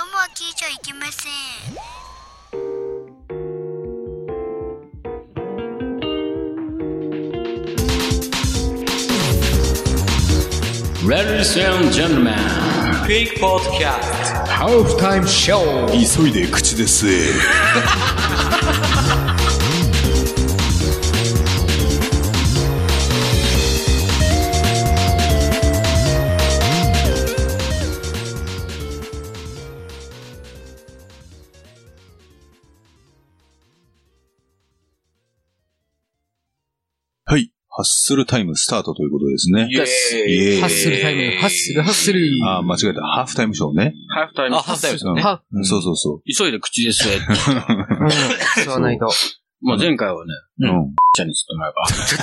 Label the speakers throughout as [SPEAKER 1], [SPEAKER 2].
[SPEAKER 1] ゃいけません
[SPEAKER 2] Ladies and gentlemen,
[SPEAKER 3] Big Podcast.
[SPEAKER 2] half time show.
[SPEAKER 4] 急いで口で吸えはい。ハッスルタイムスタートということですね。
[SPEAKER 5] イエーイ
[SPEAKER 4] イエーイ
[SPEAKER 6] ハッスルタイム、ハッスル、ハッスル。
[SPEAKER 4] あー、間違えた。ハーフタイムショーね。
[SPEAKER 5] ハーフタイム。
[SPEAKER 3] あハーフタイム
[SPEAKER 4] うん
[SPEAKER 6] ハ
[SPEAKER 4] うんそうそうそ
[SPEAKER 5] 急いで口で吸 えって。
[SPEAKER 6] ーフ、うん、吸わないと。
[SPEAKER 5] まあ前回はね、
[SPEAKER 4] う。うん。
[SPEAKER 5] ちゃんに吸ってもらえ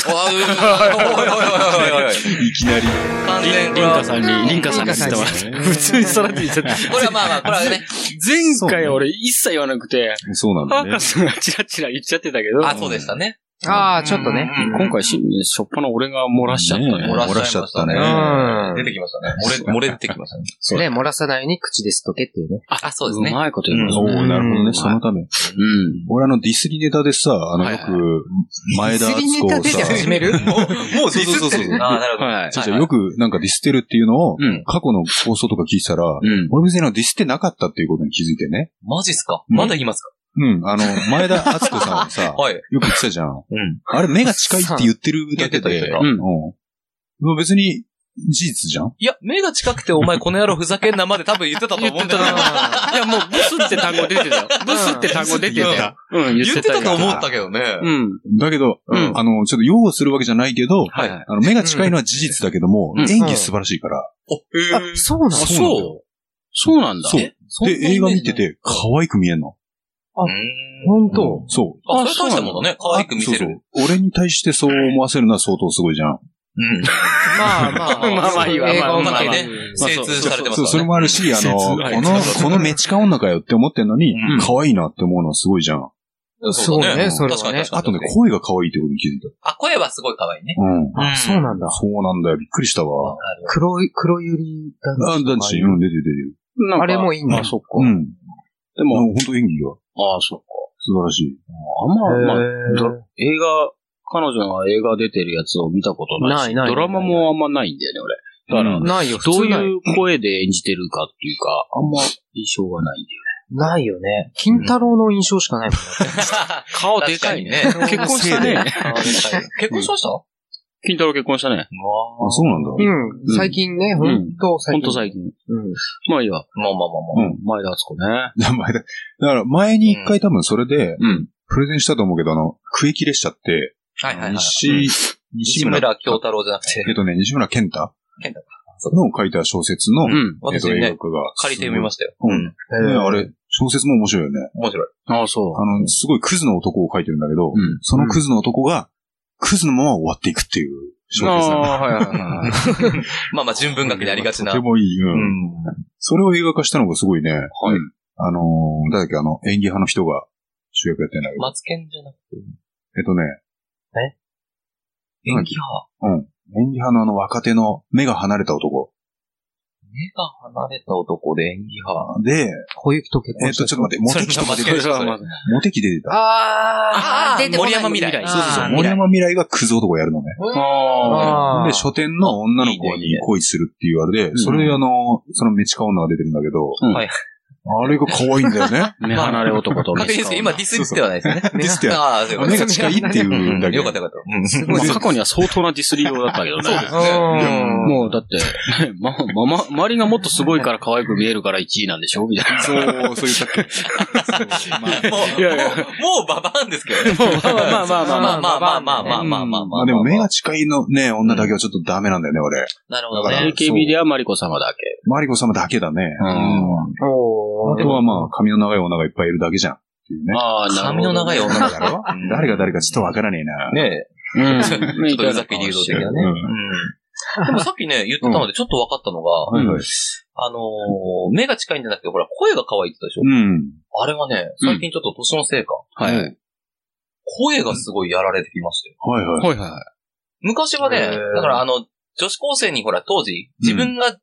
[SPEAKER 5] ば。
[SPEAKER 3] おいおいおいおいおい。
[SPEAKER 4] いきなり。
[SPEAKER 3] 完
[SPEAKER 5] リン
[SPEAKER 3] 全
[SPEAKER 5] リンカさんに、リンカさんに吸
[SPEAKER 6] リン
[SPEAKER 5] っても
[SPEAKER 6] カ
[SPEAKER 5] ら
[SPEAKER 6] さ
[SPEAKER 5] えば。普通にさらって言っちゃった。
[SPEAKER 3] これはまあまあ、これはね。
[SPEAKER 5] 前回俺一切言わなくて、
[SPEAKER 4] そうなん
[SPEAKER 5] パ
[SPEAKER 4] だ
[SPEAKER 5] ー
[SPEAKER 4] ね
[SPEAKER 5] カ。スがチラチラ言っちゃってたけど、
[SPEAKER 3] あ、そうでしたね。
[SPEAKER 6] ああ、ちょっとね。
[SPEAKER 5] 今回し、しょっぱな俺が漏らしちゃった
[SPEAKER 4] ね
[SPEAKER 5] ね。
[SPEAKER 4] え漏らしちゃったね
[SPEAKER 3] 漏らしちゃいました
[SPEAKER 6] うん
[SPEAKER 3] 出てきましたね。漏れ、漏れてきましたね。
[SPEAKER 6] ね、漏らさないように口で吸っとけっていうね。
[SPEAKER 3] あ、そうです
[SPEAKER 5] う
[SPEAKER 3] ね。
[SPEAKER 5] まいこと言う
[SPEAKER 4] そう、
[SPEAKER 5] ね。
[SPEAKER 4] なるほど
[SPEAKER 6] う
[SPEAKER 4] ね。
[SPEAKER 6] ん
[SPEAKER 4] そのため。
[SPEAKER 5] うん。
[SPEAKER 4] 俺あの、ディスリネタでさ、あの、
[SPEAKER 5] はい
[SPEAKER 4] よ
[SPEAKER 5] はい
[SPEAKER 4] く、前田敦子をさ、
[SPEAKER 6] め る
[SPEAKER 4] もうそうそうそうそう。
[SPEAKER 3] あなるほど。
[SPEAKER 5] はい。
[SPEAKER 4] じゃよくなんかディスってるっていうのを、
[SPEAKER 5] うん。
[SPEAKER 4] 過去の放送とか聞いてたら、
[SPEAKER 5] うん。
[SPEAKER 4] 俺別にあのディスってなかったっていうことに気づいてね。
[SPEAKER 3] マジっすか
[SPEAKER 4] うん
[SPEAKER 3] まだ言います
[SPEAKER 4] うん、あの、前田敦子さんをさ
[SPEAKER 3] か、はい。
[SPEAKER 4] よく言ってたじゃん。
[SPEAKER 3] うん。
[SPEAKER 4] あれ目が近いって言ってるだ
[SPEAKER 3] 言
[SPEAKER 4] け
[SPEAKER 3] って
[SPEAKER 4] で、
[SPEAKER 3] た
[SPEAKER 4] うん
[SPEAKER 5] 言って
[SPEAKER 4] うん。別に、事実じゃん
[SPEAKER 3] いや、目が近くてお前この野郎ふざけんなまで多分言ってたと思うんだよな。
[SPEAKER 5] いや、もうブスって単語出てたよ。ブスって単語出てたよ。うん、
[SPEAKER 3] 言ってたと思った
[SPEAKER 5] け
[SPEAKER 3] けどね。
[SPEAKER 5] ど。うん。
[SPEAKER 4] だけど、
[SPEAKER 5] うん
[SPEAKER 4] あの、ちょっと擁護するわけじゃないけど、
[SPEAKER 5] はいはい。
[SPEAKER 4] あの、目が近いのは事実だけども、
[SPEAKER 5] うん
[SPEAKER 4] 演技素晴らしいから。
[SPEAKER 6] あ、そうなの
[SPEAKER 5] あ、
[SPEAKER 4] そうなんだ
[SPEAKER 5] そうそうなんだ。
[SPEAKER 4] そう。
[SPEAKER 5] え
[SPEAKER 4] で、映画見てて、可愛く見えんの。
[SPEAKER 6] あ
[SPEAKER 3] うん。
[SPEAKER 6] 本当
[SPEAKER 4] そう。
[SPEAKER 3] あ、それ大したもんだね。可愛く見せ
[SPEAKER 4] そう
[SPEAKER 3] る。
[SPEAKER 4] そう。俺に対してそう思わせるのは相当すごいじゃん。
[SPEAKER 3] うん。
[SPEAKER 6] まあまあ。
[SPEAKER 5] まあまあいいわ。
[SPEAKER 6] 映画を見
[SPEAKER 3] まあ
[SPEAKER 6] て
[SPEAKER 3] まあ
[SPEAKER 6] ね。
[SPEAKER 5] まあ
[SPEAKER 3] 精通されてます
[SPEAKER 4] そう、
[SPEAKER 3] か
[SPEAKER 4] それ
[SPEAKER 3] らね。
[SPEAKER 4] もあるし、あの、
[SPEAKER 5] 切
[SPEAKER 4] こ
[SPEAKER 5] ない
[SPEAKER 4] の、このメチカ女かよって思ってんのに
[SPEAKER 5] うん、
[SPEAKER 4] 可愛いなって思うのはすごいじゃん。
[SPEAKER 6] そうね、それ
[SPEAKER 3] 確か
[SPEAKER 6] は
[SPEAKER 3] に
[SPEAKER 6] ね
[SPEAKER 3] 確。かに。
[SPEAKER 4] あとね、声が可愛いってことに気づいた。
[SPEAKER 3] あ、声はすごい可愛いね。
[SPEAKER 4] うん。
[SPEAKER 6] あ、 そうなんだ。
[SPEAKER 4] そうなんだよ。びっくりしたわ。
[SPEAKER 6] 黒い、黒ゆりだ
[SPEAKER 4] あ、だし、うん、出てる出てる。
[SPEAKER 5] なんか
[SPEAKER 6] あれもいいんだ
[SPEAKER 5] あ、そっか。
[SPEAKER 4] うん。
[SPEAKER 5] で
[SPEAKER 4] も
[SPEAKER 5] も、
[SPEAKER 4] う本当演技が
[SPEAKER 5] ああ、そっか。
[SPEAKER 4] 素晴らしい。
[SPEAKER 5] あんま、まあ、
[SPEAKER 6] へ
[SPEAKER 5] ど映画、彼女が映画出てるやつを見たことないし。
[SPEAKER 6] ないない
[SPEAKER 5] ドラマもあんまないんだよね、俺。だから、
[SPEAKER 4] う
[SPEAKER 6] ーないよ、普
[SPEAKER 5] どう
[SPEAKER 6] 通ない。
[SPEAKER 5] いう声で演じてるかっていうか、あんま印象がないんだよ。
[SPEAKER 6] ないよね。金太郎の印象しかないもんね。
[SPEAKER 5] 顔
[SPEAKER 3] でかいね
[SPEAKER 5] 結婚したね。
[SPEAKER 3] 結婚しましたわ
[SPEAKER 5] 金太郎結婚したね。
[SPEAKER 4] あ、そうなんだ。
[SPEAKER 6] うん。最近ね、ほんと最
[SPEAKER 5] ほん
[SPEAKER 6] 近。
[SPEAKER 5] と最近。
[SPEAKER 6] うん。
[SPEAKER 5] まあいいわ。
[SPEAKER 3] まあまあまあまあ。
[SPEAKER 4] うん。
[SPEAKER 5] 前田敦子ね。
[SPEAKER 4] 名前だ。だから、前に一回多分それで、
[SPEAKER 5] うん。
[SPEAKER 4] プレゼンしたと思うけど、あの、食い切れしちゃって、
[SPEAKER 3] はいはいはい。
[SPEAKER 4] 西、西
[SPEAKER 3] 西
[SPEAKER 4] 村、
[SPEAKER 3] 村京太郎じゃなくて
[SPEAKER 4] え、っとね、西村健太
[SPEAKER 3] 健太
[SPEAKER 4] の書いた小説の、
[SPEAKER 5] うん。
[SPEAKER 4] えっ
[SPEAKER 3] 私
[SPEAKER 4] と、映画
[SPEAKER 3] ね、
[SPEAKER 4] 化が。
[SPEAKER 3] 借りてみましたよ。
[SPEAKER 4] うん。ね、あれ、小説も面白いよね。
[SPEAKER 3] 面白い。
[SPEAKER 5] ああ、そ
[SPEAKER 4] あの、すごいクズの男を書いてるんだけ
[SPEAKER 5] う。
[SPEAKER 4] ど、
[SPEAKER 5] うん。
[SPEAKER 4] そのクズの男が、クズのまま終わっていくっていう小説なんだ。
[SPEAKER 5] ああ、 はいはいはいはい。
[SPEAKER 3] まあまあ、純文学でありがちな。
[SPEAKER 4] とて
[SPEAKER 3] う
[SPEAKER 4] もいい。うん。
[SPEAKER 3] ん。
[SPEAKER 4] それを映画化したのがすごいね。はい。あのー、誰だっけ、あの、演技派の人が主役やってんだけど。
[SPEAKER 3] マツケンじゃなくて、
[SPEAKER 4] えっとね、
[SPEAKER 3] 演技派。
[SPEAKER 4] 演技派のあの若手の目が離れた男。
[SPEAKER 3] 目が離れた男で演技派。
[SPEAKER 4] で、
[SPEAKER 6] 小雪と結
[SPEAKER 4] えっ
[SPEAKER 6] 婚した
[SPEAKER 4] と、ち
[SPEAKER 6] 人。
[SPEAKER 4] ょっと待って、モテキとか出て
[SPEAKER 3] それ
[SPEAKER 4] る。
[SPEAKER 3] それそれ
[SPEAKER 4] モテキ出てた。
[SPEAKER 6] あ
[SPEAKER 3] あー森山未来
[SPEAKER 4] そうそうそ
[SPEAKER 6] あ
[SPEAKER 4] う。
[SPEAKER 6] ー
[SPEAKER 4] 森山未来がクズ男やるのね。
[SPEAKER 6] あー
[SPEAKER 4] で、書店の女の子に恋するっていうあれで、それであの、そのメチカ女が出てるんだけど、
[SPEAKER 5] うん
[SPEAKER 3] はい
[SPEAKER 4] あれが可愛いんだよね。
[SPEAKER 5] 目離れ男と
[SPEAKER 3] 確認ですけど、今ディスってはないですよね。
[SPEAKER 4] ディスっては
[SPEAKER 3] ああ、そういうこと
[SPEAKER 4] 目が近いっていうだけ。
[SPEAKER 3] よかったよかった。うん。
[SPEAKER 5] まあ過去には相当なディスリー用だったけどね。
[SPEAKER 3] そうです
[SPEAKER 6] うん
[SPEAKER 5] もうだって、ねま、ま、ま、周りがもっとすごいから可愛く見えるから1位なんでしょみたいな。
[SPEAKER 4] そう、そう言ったっけ。
[SPEAKER 3] もう、
[SPEAKER 5] いやいや
[SPEAKER 3] もう、もうババアンですけどね。
[SPEAKER 5] まあまあまあ
[SPEAKER 3] まあまあまあまあまあまあまあ
[SPEAKER 4] ま
[SPEAKER 3] ま
[SPEAKER 4] あ
[SPEAKER 3] あ。
[SPEAKER 4] でも目が近いのね、女だけはちょっとダメなんだよね、俺。
[SPEAKER 3] なるほど
[SPEAKER 4] だから
[SPEAKER 3] ね。
[SPEAKER 5] AKB ではマリコ様だけ。
[SPEAKER 4] マリコ様だけだね。
[SPEAKER 5] うん
[SPEAKER 4] あ
[SPEAKER 6] おー
[SPEAKER 4] とはまあ、髪の長い女がいっぱいいるだけじゃん。っていうね。
[SPEAKER 5] ああ、
[SPEAKER 3] 髪の長い女
[SPEAKER 4] だ
[SPEAKER 3] だか
[SPEAKER 4] か
[SPEAKER 3] らら。
[SPEAKER 4] 誰が誰かちょっとわからねえな。
[SPEAKER 3] ね
[SPEAKER 5] い。
[SPEAKER 3] ちょ
[SPEAKER 5] うん。
[SPEAKER 3] っとうざく流動的なね。
[SPEAKER 4] うん
[SPEAKER 3] うん。でもさっきね、言ってたのでちょっと分かったのが、
[SPEAKER 4] はいはい。
[SPEAKER 3] あのー、目が近いんじゃなくて、ほら、声が可愛いって言ったでしょ
[SPEAKER 4] うん。
[SPEAKER 3] あれはね、最近ちょっと年のせいか、
[SPEAKER 5] はい。はい
[SPEAKER 3] 声がすごいやられてきましたよ。
[SPEAKER 4] はいはい。
[SPEAKER 5] はいはい。
[SPEAKER 3] 昔はね、
[SPEAKER 6] へー
[SPEAKER 3] だからあの、女子高生にほら、当時、自分が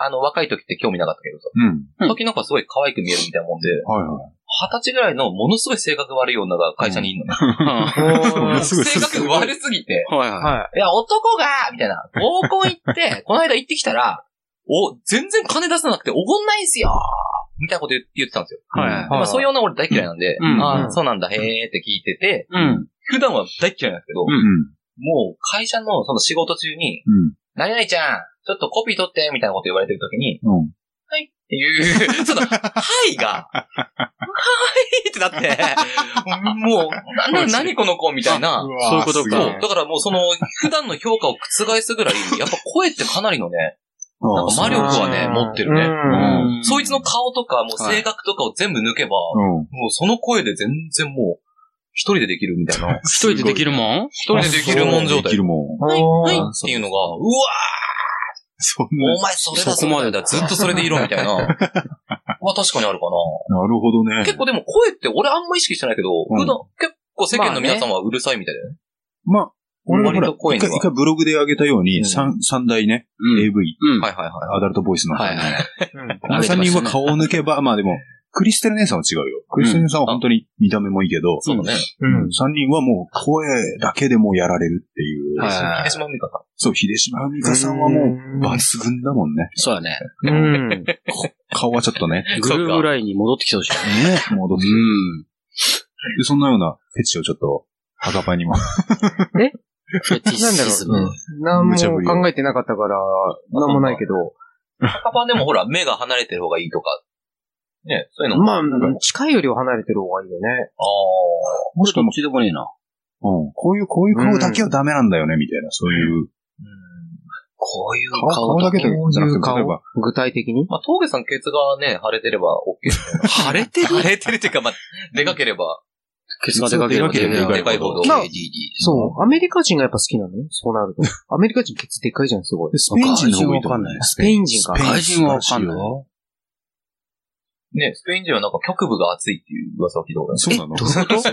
[SPEAKER 3] あの、若い時って興味なかったけどさ、
[SPEAKER 4] う
[SPEAKER 5] う
[SPEAKER 4] ん。
[SPEAKER 5] ん
[SPEAKER 3] 時なんかすごい可愛く見えるみたいなもんで、
[SPEAKER 4] はいは
[SPEAKER 3] 二十歳ぐらいのものすごい性格悪い女が会社にいるのね。
[SPEAKER 5] は
[SPEAKER 4] ものすごい
[SPEAKER 3] 性格悪すぎて、
[SPEAKER 5] いはい。
[SPEAKER 3] いや、男が、みたいな、合コン行って、この間行ってきたら、お、全然金出さなくておごんないんすよみたいなこと言言ってたんですよ。
[SPEAKER 5] はい。
[SPEAKER 3] まあ、そういう女俺大嫌いなんで、
[SPEAKER 5] うん
[SPEAKER 3] あ
[SPEAKER 6] う
[SPEAKER 3] あ、
[SPEAKER 6] ん
[SPEAKER 3] そうなんだ、へえって聞いてて、
[SPEAKER 5] うん。
[SPEAKER 3] 普段は大嫌いなんですけど、
[SPEAKER 5] うん
[SPEAKER 4] い。うん。
[SPEAKER 3] もう会社のその仕事中に、
[SPEAKER 4] うん。
[SPEAKER 3] 何々ちゃん、ちょっとコピー取って、みたいなこと言われてる時に、
[SPEAKER 4] うん。
[SPEAKER 3] はいっていう、 ちょっと、はいが、はいってなって、もう、なんだ何この子みたいな。
[SPEAKER 5] そういうこと
[SPEAKER 4] す
[SPEAKER 5] か
[SPEAKER 4] げえ
[SPEAKER 3] そう。だからもうその、普段の評価を覆すぐらい、やっぱ声ってかなりのね、なんか魔力はね、
[SPEAKER 6] うん
[SPEAKER 3] 持ってるね。
[SPEAKER 6] うん
[SPEAKER 5] うん
[SPEAKER 3] そいつの顔とか、もう
[SPEAKER 5] はい
[SPEAKER 3] 性格とかを全部抜けば、
[SPEAKER 4] うん。
[SPEAKER 3] もうその声で全然もう、一人でできるみたい な。
[SPEAKER 5] 一人でできるもん
[SPEAKER 3] 一人でできるもん状
[SPEAKER 4] で
[SPEAKER 3] 態
[SPEAKER 4] き。るもん。
[SPEAKER 3] はい、はいっていうのが、うわ
[SPEAKER 4] そん
[SPEAKER 3] お前それだ、
[SPEAKER 5] そこまでだ
[SPEAKER 3] それずっとそれでいろみたいな。 まあ確かにあるかな。
[SPEAKER 4] な。なるほどね。
[SPEAKER 3] 結構でも声って俺あんま意識してないけど、
[SPEAKER 4] うん
[SPEAKER 3] 普段結構世間の皆さんはうるさいみたいだよね。
[SPEAKER 4] まあ、俺もほら、
[SPEAKER 3] 割と声
[SPEAKER 4] 一
[SPEAKER 3] には
[SPEAKER 4] 回一回ブログで上げたよう
[SPEAKER 3] うん
[SPEAKER 4] に、三三大ね、
[SPEAKER 5] うん。
[SPEAKER 4] AV、
[SPEAKER 5] うん。
[SPEAKER 3] はいはいはい。
[SPEAKER 4] アダルトボイスの。
[SPEAKER 5] はいはい
[SPEAKER 4] あの三人は顔を抜けば、まあでも、クリステル姉さんは違うよ。クリステル姉さんは本当に見た目もいいけど、
[SPEAKER 3] そうだね。
[SPEAKER 6] うん。
[SPEAKER 4] 三人はもう声だけでもうやられるっていう。
[SPEAKER 5] はい
[SPEAKER 3] 秀島美香さん。
[SPEAKER 4] そう、秀島美香さんはもう、抜群だもんね。
[SPEAKER 5] そうだね。
[SPEAKER 6] うん。
[SPEAKER 4] 顔はちょっとね、
[SPEAKER 5] グルーブラインに戻ってきてほしい。
[SPEAKER 4] ね、戻ってきて
[SPEAKER 5] うん。
[SPEAKER 4] でそんなようなフェチをちょっと、墓場にも。
[SPEAKER 5] フェティシズム。
[SPEAKER 6] 何も考えてなかったから、何もないけど。
[SPEAKER 3] パパでもほら、目が離れてる方がいいとか。ね、そういうのも。
[SPEAKER 6] まあ、近いよりは離れてる方がいいよね。
[SPEAKER 3] あ
[SPEAKER 5] もしかもちでもねえな。
[SPEAKER 4] うん。こういう、こういう顔だけはダメなんだよね、みたいな、そうい
[SPEAKER 3] ーう
[SPEAKER 4] う。
[SPEAKER 3] んこういう
[SPEAKER 4] 顔
[SPEAKER 3] 顔。
[SPEAKER 4] 顔だけじゃなくて、例えば、
[SPEAKER 6] 具体的に
[SPEAKER 3] まあ、峠さんケツがね、腫れてれば OK
[SPEAKER 5] 腫れて
[SPEAKER 3] だよね。腫れてるっていうか、まあ、でかければ。
[SPEAKER 5] ケツがでかければ
[SPEAKER 3] でかいほど
[SPEAKER 5] でかいほ KDD。
[SPEAKER 6] そう。アメリカ人がやっぱ好きなのね。そうなると。アメリカ人ケツでっかいじゃん、すごい
[SPEAKER 4] で。スペイン人の方がいいと思う
[SPEAKER 5] 外人わかんない
[SPEAKER 6] スペイン人か
[SPEAKER 4] スペイン
[SPEAKER 5] 外人はわかんない。
[SPEAKER 3] ね、スペイン人はなんか局部が熱いっていう噂を聞いたことある。
[SPEAKER 4] そうなの
[SPEAKER 5] えどう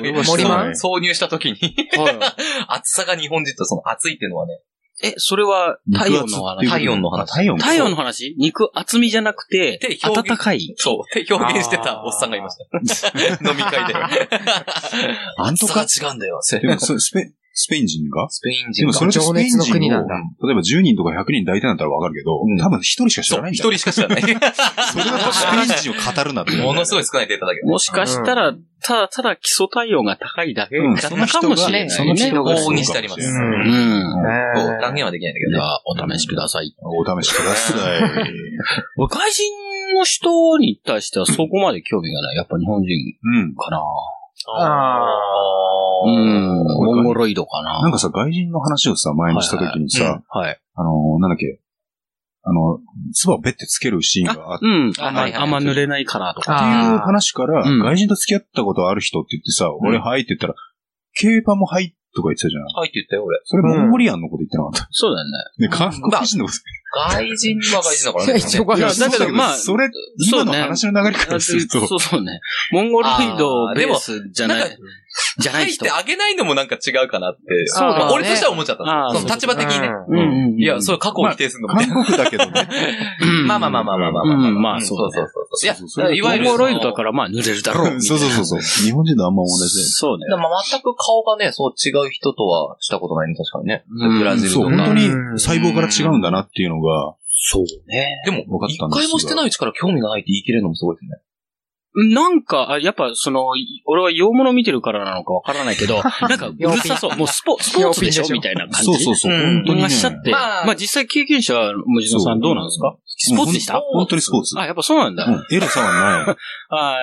[SPEAKER 5] いうこと
[SPEAKER 4] それは知
[SPEAKER 6] 森
[SPEAKER 4] ら
[SPEAKER 6] マ
[SPEAKER 4] な
[SPEAKER 6] ン
[SPEAKER 4] い
[SPEAKER 3] 挿入した時に、
[SPEAKER 5] は
[SPEAKER 3] 熱さが日本人とその熱いっていうのはね、
[SPEAKER 5] いえ、それは体温の話。
[SPEAKER 3] 体温の話
[SPEAKER 4] 体温
[SPEAKER 5] 体温の話肉厚みじゃなくて
[SPEAKER 3] で、表
[SPEAKER 5] 暖
[SPEAKER 3] 現
[SPEAKER 5] かい。
[SPEAKER 3] そう、って表現してたおっさんがいました。飲み 会で。
[SPEAKER 4] なんと
[SPEAKER 3] 熱
[SPEAKER 4] か
[SPEAKER 3] さが違うんだよ、ス
[SPEAKER 4] でも、そスペ、スペイン人が
[SPEAKER 3] ペイン
[SPEAKER 4] で
[SPEAKER 3] 人
[SPEAKER 4] も
[SPEAKER 3] が。
[SPEAKER 4] それってスペイン
[SPEAKER 6] 情熱の国
[SPEAKER 4] 人
[SPEAKER 6] な
[SPEAKER 4] を
[SPEAKER 6] んだ、
[SPEAKER 4] 例えば10人とか100人大体だったらわかるけど、
[SPEAKER 3] うん
[SPEAKER 4] 多分1人しか知
[SPEAKER 3] そ
[SPEAKER 4] ら
[SPEAKER 3] う、
[SPEAKER 4] ないん
[SPEAKER 3] 一
[SPEAKER 4] だよ。
[SPEAKER 3] 人しか知 らない。
[SPEAKER 4] それだとスペイン人を語るなって。
[SPEAKER 3] ものすご
[SPEAKER 4] い。
[SPEAKER 3] い少ないデータだけど。
[SPEAKER 5] もしかしたら、ただただ基礎体温が高いだけ
[SPEAKER 4] うん
[SPEAKER 5] だったかもしれない。
[SPEAKER 4] その人
[SPEAKER 5] ね。
[SPEAKER 4] が
[SPEAKER 3] 往々にしてあります。
[SPEAKER 4] う
[SPEAKER 5] うんん。
[SPEAKER 3] そう
[SPEAKER 6] ね
[SPEAKER 3] 断言はできないんだけ
[SPEAKER 5] じ
[SPEAKER 3] ど
[SPEAKER 5] ゃ
[SPEAKER 3] ね。
[SPEAKER 5] あ、お試しください。
[SPEAKER 4] お試しください。
[SPEAKER 5] 俺外人の人に対してはそこまで興味がない。やっぱ日本人
[SPEAKER 4] うん。
[SPEAKER 5] かな。
[SPEAKER 3] あ
[SPEAKER 5] う
[SPEAKER 3] ー
[SPEAKER 5] ん。モンゴロイドかな。
[SPEAKER 4] なんかさ、外人の話をさ、前にした時に
[SPEAKER 5] うん
[SPEAKER 4] さ、
[SPEAKER 5] はい。
[SPEAKER 4] あの、なんだっけ、あの、唾をベッてつけるシーンがあって、
[SPEAKER 5] うん。
[SPEAKER 3] あ
[SPEAKER 5] あ
[SPEAKER 3] はいはい
[SPEAKER 5] んま濡れないからとか。
[SPEAKER 4] っていう
[SPEAKER 6] あ
[SPEAKER 4] 話から、
[SPEAKER 5] うん
[SPEAKER 4] 外人と付き合ったことある人って言ってさ、俺はいって言ったら、ケーパもはいとか言ってたじゃん。
[SPEAKER 3] はいって言ったよ、俺。
[SPEAKER 4] それモンゴリアンのこと言ってなかった。
[SPEAKER 5] そうだよね。
[SPEAKER 4] ね、韓国人のこと。
[SPEAKER 3] 外人は外人だから
[SPEAKER 6] ー。
[SPEAKER 3] ね。
[SPEAKER 6] 一応、
[SPEAKER 4] い
[SPEAKER 5] だ
[SPEAKER 4] や
[SPEAKER 5] けどまあ
[SPEAKER 4] それ、
[SPEAKER 5] そ
[SPEAKER 4] 今
[SPEAKER 5] うね
[SPEAKER 4] の話の流れからすると、
[SPEAKER 5] そうそうね。モンゴロイドベースじゃな
[SPEAKER 3] あーで
[SPEAKER 5] い、じゃない
[SPEAKER 3] 入っ
[SPEAKER 5] 人
[SPEAKER 3] て。あげないのもなんか違うかなって。
[SPEAKER 5] そうだね
[SPEAKER 3] まあ俺としては思っちゃった
[SPEAKER 5] あー
[SPEAKER 3] の。その立場的にね。
[SPEAKER 5] うんうんうん。
[SPEAKER 3] いや、そういう過去を否定するのもね。
[SPEAKER 4] 韓国だけどね。
[SPEAKER 5] うん
[SPEAKER 3] まあまあまあまあまあまあまあ。
[SPEAKER 5] うんまあ
[SPEAKER 3] ん
[SPEAKER 5] そうだ
[SPEAKER 3] そう
[SPEAKER 5] ね
[SPEAKER 3] そうそう。い
[SPEAKER 4] そ
[SPEAKER 3] や
[SPEAKER 4] うそうそう、
[SPEAKER 3] いわゆる
[SPEAKER 5] モ
[SPEAKER 3] そ
[SPEAKER 5] ン
[SPEAKER 3] の。
[SPEAKER 5] ゴロイドだからまあ濡れるだろう。
[SPEAKER 4] そうそうそうそう。日本人とあんま同じで。
[SPEAKER 5] そうね。
[SPEAKER 3] だからまあ全く顔がね、そう違う人とはしたことないね、確かにね。
[SPEAKER 5] うん
[SPEAKER 3] ブラジル
[SPEAKER 4] そう、
[SPEAKER 3] と
[SPEAKER 4] 本当
[SPEAKER 3] か。
[SPEAKER 4] に細胞から違うんだなっていうのが、
[SPEAKER 5] そうね。
[SPEAKER 3] でも
[SPEAKER 4] 分かっ、た
[SPEAKER 3] 一
[SPEAKER 4] んですが
[SPEAKER 3] 回もしてないうちから興味がないって言い切れるのもすごいですね。
[SPEAKER 5] なんか、あやっぱその、俺は洋物見てるからなのかわからないけど、なんかうるさそう。もうスポ、スポーツでしょみたいな感じ。
[SPEAKER 4] そうそうそう、
[SPEAKER 3] うん
[SPEAKER 4] 本当にね。
[SPEAKER 5] がしちゃって。
[SPEAKER 3] ま
[SPEAKER 5] ま
[SPEAKER 3] あ
[SPEAKER 5] あ実際経験者、もじのさんどうなんですかスポーツでした
[SPEAKER 4] もう本当にスポーツ。
[SPEAKER 5] あ、やっぱそうなんだ。
[SPEAKER 4] うんエロさはない。
[SPEAKER 5] あ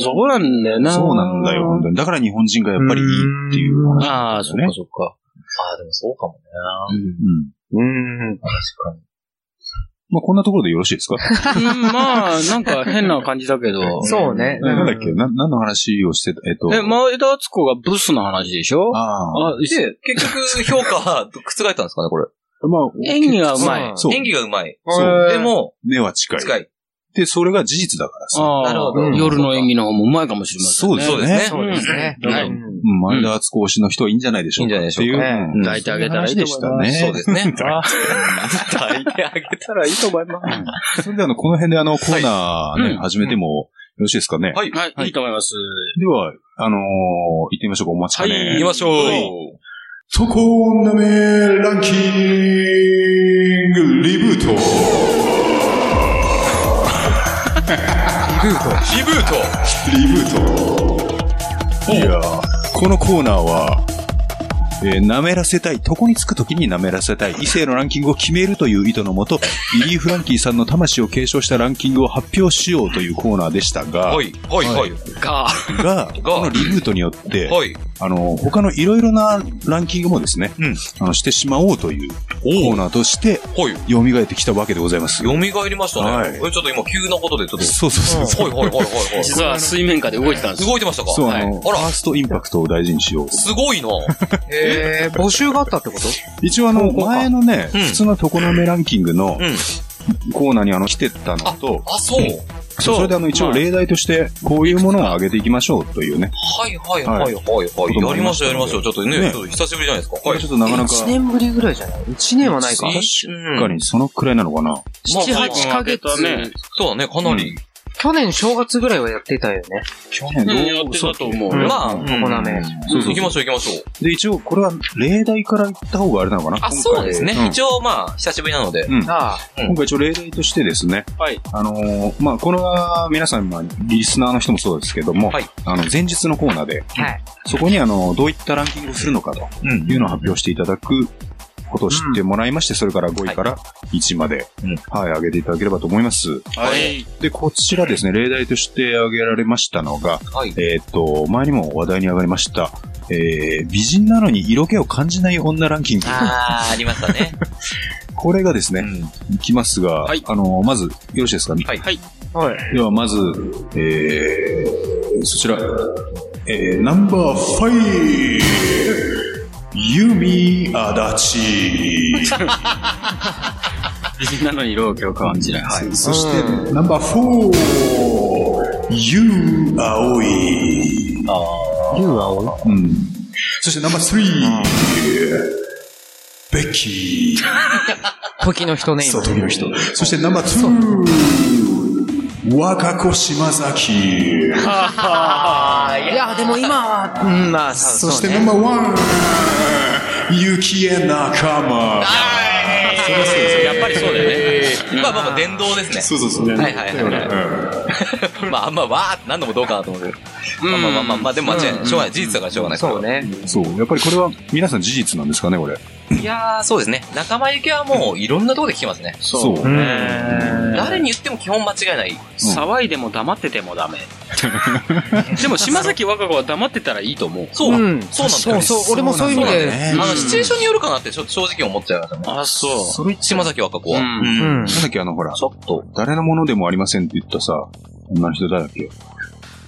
[SPEAKER 5] ーそうなんだよな。
[SPEAKER 4] そうなんだよ、本当に。だから日本人がやっぱりいいっていう話
[SPEAKER 5] あ
[SPEAKER 4] な
[SPEAKER 5] あ、
[SPEAKER 4] んだ
[SPEAKER 5] そ
[SPEAKER 4] よ
[SPEAKER 5] っ
[SPEAKER 4] ね。
[SPEAKER 5] かそっか。
[SPEAKER 3] ああ、でもそうかもね。
[SPEAKER 5] うん
[SPEAKER 4] うん。
[SPEAKER 6] うん。
[SPEAKER 3] 確かに。
[SPEAKER 4] まあ、こんなところでよろしいですか
[SPEAKER 5] うんまあ、なんか変な感じだけど。
[SPEAKER 6] そうね。
[SPEAKER 4] なんだっけな、何の話をしてたえっと。
[SPEAKER 5] え、前田敦子がブスの話でしょ
[SPEAKER 4] あ
[SPEAKER 5] あ、
[SPEAKER 4] あ。
[SPEAKER 5] い
[SPEAKER 3] で、結局評価は 覆ったんですかね、これ。
[SPEAKER 4] まあ、
[SPEAKER 5] 演技がうまい。
[SPEAKER 4] そう。
[SPEAKER 3] 演技がうまい。
[SPEAKER 4] そう
[SPEAKER 3] でも、
[SPEAKER 4] 目は近い。
[SPEAKER 3] 近い。
[SPEAKER 4] って、それが事実だからさ。
[SPEAKER 5] ああ
[SPEAKER 3] なるほど
[SPEAKER 5] うん夜の演技の方もうまいかもしれませんね。
[SPEAKER 4] そうですね
[SPEAKER 3] そうですね。
[SPEAKER 5] うん
[SPEAKER 3] は
[SPEAKER 6] う
[SPEAKER 3] い。
[SPEAKER 6] ん
[SPEAKER 4] うん前田敦子推しの人はいいんじゃないでしょうか。
[SPEAKER 3] いいんじゃないでしょうか
[SPEAKER 4] っていう。うん
[SPEAKER 5] 抱いてあげたらいいと思います
[SPEAKER 4] そういう話でし
[SPEAKER 3] そ
[SPEAKER 4] たね。
[SPEAKER 3] うですね。
[SPEAKER 5] あ
[SPEAKER 3] 抱いてあげたらいいと思います。
[SPEAKER 4] それではあの、この辺であの、コーナー
[SPEAKER 5] はい
[SPEAKER 4] ね、
[SPEAKER 5] うん
[SPEAKER 4] 始めてもよろしいですかね。
[SPEAKER 3] はい。
[SPEAKER 5] はい、いいと思います。
[SPEAKER 4] では、あのー行ってみましょうか、お待ちかね。
[SPEAKER 5] はい
[SPEAKER 3] 行きましょう。
[SPEAKER 4] そこなめランキングリブート。
[SPEAKER 3] リブート。
[SPEAKER 4] リブート。いやーこのコーナーは、えー舐めらせたい、床につくときに舐めらせたい、異性のランキングを決めるという意図の もと、ビリー・フランキーさんの魂を継承したランキングを発表しようというコーナーでしたが、
[SPEAKER 3] はい。はい。はい。
[SPEAKER 5] が、
[SPEAKER 4] が、このリブートによって、
[SPEAKER 3] はい。
[SPEAKER 4] あの、他のいろいろなランキングもですね、あの、してしまおうというコーナーとして、
[SPEAKER 3] はい。
[SPEAKER 4] 蘇ってきたわけでございます。
[SPEAKER 3] 蘇りましたね。
[SPEAKER 4] はい
[SPEAKER 3] えちょっと今急なことでちょっと。
[SPEAKER 4] そうそうそうそう。
[SPEAKER 3] はい はいはいはいはい。
[SPEAKER 5] 実は水面下で動いてたんですよ。
[SPEAKER 3] 動いてましたか
[SPEAKER 4] そう、あ
[SPEAKER 3] はい
[SPEAKER 4] の、フ
[SPEAKER 3] あ
[SPEAKER 4] ァ
[SPEAKER 3] ら
[SPEAKER 4] ーストインパクトを大事にしよう。
[SPEAKER 3] すごいな。え
[SPEAKER 6] えー、募集があったってこと
[SPEAKER 4] 一応あの、前のね、
[SPEAKER 3] うん
[SPEAKER 4] 普通の床の目ランキングの
[SPEAKER 3] うん
[SPEAKER 4] コーナーにあの、来てたのと、
[SPEAKER 3] ー、あ、そう。
[SPEAKER 4] そうそれであの、一応例題として、こういうものを上げていきましょうというね。
[SPEAKER 3] はいはいはいはいはい。やりましたやりました。ちょっとね、
[SPEAKER 4] ね
[SPEAKER 3] ちょっと久しぶりじゃないですか。
[SPEAKER 4] こ
[SPEAKER 3] は
[SPEAKER 4] れ
[SPEAKER 3] い
[SPEAKER 4] ちょ。っとなかなか、
[SPEAKER 6] 1年ぶりぐらいじゃない ?1 年はないか。
[SPEAKER 3] 確
[SPEAKER 4] 確か
[SPEAKER 3] か。
[SPEAKER 4] にそのくらいなのかな。
[SPEAKER 3] まあ
[SPEAKER 6] 7、8ヶ月。
[SPEAKER 5] ね。
[SPEAKER 3] そうだね、かなり。
[SPEAKER 6] 去年正月ぐらいはやってたよね。
[SPEAKER 4] 去
[SPEAKER 5] う
[SPEAKER 4] 年
[SPEAKER 5] ん、
[SPEAKER 4] どう
[SPEAKER 5] やってたと思う。
[SPEAKER 6] うん
[SPEAKER 3] まあ、うん
[SPEAKER 6] ここなね。
[SPEAKER 4] そうそ
[SPEAKER 3] 行
[SPEAKER 4] う
[SPEAKER 3] き
[SPEAKER 4] そ
[SPEAKER 3] ましょう行きましょう。
[SPEAKER 4] う。で、一応これは例題から言った方があれなのかな
[SPEAKER 3] あ、そうですね。
[SPEAKER 4] 今回
[SPEAKER 3] 一応まあ、久しぶりなので。
[SPEAKER 6] ああ、
[SPEAKER 4] 今回一応例題としてですね、
[SPEAKER 5] はい
[SPEAKER 4] あのーまあ、これは皆さん、まあ、リスナーの人もそうですけども、
[SPEAKER 3] はい
[SPEAKER 4] あの、前日のコーナーで、
[SPEAKER 6] はい
[SPEAKER 4] そこにあの、どういったランキングをするのかと
[SPEAKER 3] うん
[SPEAKER 4] いうのを発表していただくことを知ってもらいまして、それから5位から1位まで、
[SPEAKER 3] うん
[SPEAKER 4] はい、上げていただければと思います。
[SPEAKER 5] はい。
[SPEAKER 4] で、こちらですね、例題として挙げられましたのが、
[SPEAKER 3] はい。
[SPEAKER 4] えーっと、前にも話題に上がりました、えー、美人なのに色気を感じない女ランキング。
[SPEAKER 3] あー、ありましたね。
[SPEAKER 4] これがですね、いきますが、
[SPEAKER 5] はい
[SPEAKER 4] あの、まず、よろしいですかね。
[SPEAKER 3] はい
[SPEAKER 5] はい。
[SPEAKER 6] はい。
[SPEAKER 4] では、まず、えー、そちら、えー、ナンバーファイユミアダチ。
[SPEAKER 5] 美人なのに色気を感じない。
[SPEAKER 4] はい。そして、ナンバーフォーユウアオイ。
[SPEAKER 6] 竜は青い
[SPEAKER 4] うん。そして、ナンバースリーベッキー。
[SPEAKER 6] 時の人ね、
[SPEAKER 4] そ
[SPEAKER 6] 今
[SPEAKER 4] う、。時の人。そしてナンバーツー、若子島崎。
[SPEAKER 6] あいや、でも今は、うん、まあ、
[SPEAKER 4] そ
[SPEAKER 6] そ
[SPEAKER 4] してナンバーワン、雪江仲間。
[SPEAKER 3] やっぱりそうだよね。まあまあまあ、電動ですね。
[SPEAKER 4] そうそうそう。
[SPEAKER 3] はいはいはいはい。 まあ、あんまわーって何度もどうかなと思うけど。まあまあまあまあ、まあ、でも間違いない。しょうがない。事実だからしょうがない。
[SPEAKER 6] そうね。
[SPEAKER 4] そう。やっぱりこれは皆さん事実なんですかね、これ。
[SPEAKER 3] いやー、そうですね。仲間由紀はもういろんなところで聞きますね。
[SPEAKER 4] そう。
[SPEAKER 6] う
[SPEAKER 4] うん
[SPEAKER 6] ん。
[SPEAKER 3] 誰に言っても基本間違いない。
[SPEAKER 5] 騒いでも黙っててもダメ。 でも、島崎和歌子は黙ってたらいいと思う。
[SPEAKER 3] そう。
[SPEAKER 6] うん
[SPEAKER 3] そうなんだ
[SPEAKER 6] そう
[SPEAKER 3] よ。
[SPEAKER 6] そう、俺もそういう意味
[SPEAKER 4] そう
[SPEAKER 6] で。
[SPEAKER 3] あ
[SPEAKER 4] なんだね
[SPEAKER 3] の、シチュエーションによるかなってちょっと正直思っちゃいましたね。
[SPEAKER 5] あ、そ
[SPEAKER 3] 島崎和歌子は。
[SPEAKER 5] うん
[SPEAKER 6] うん。
[SPEAKER 4] なんだっけ、あの、ほら
[SPEAKER 3] ち、ょっと、
[SPEAKER 4] 誰のものでもありませんって言ったさ、女の人誰だっけ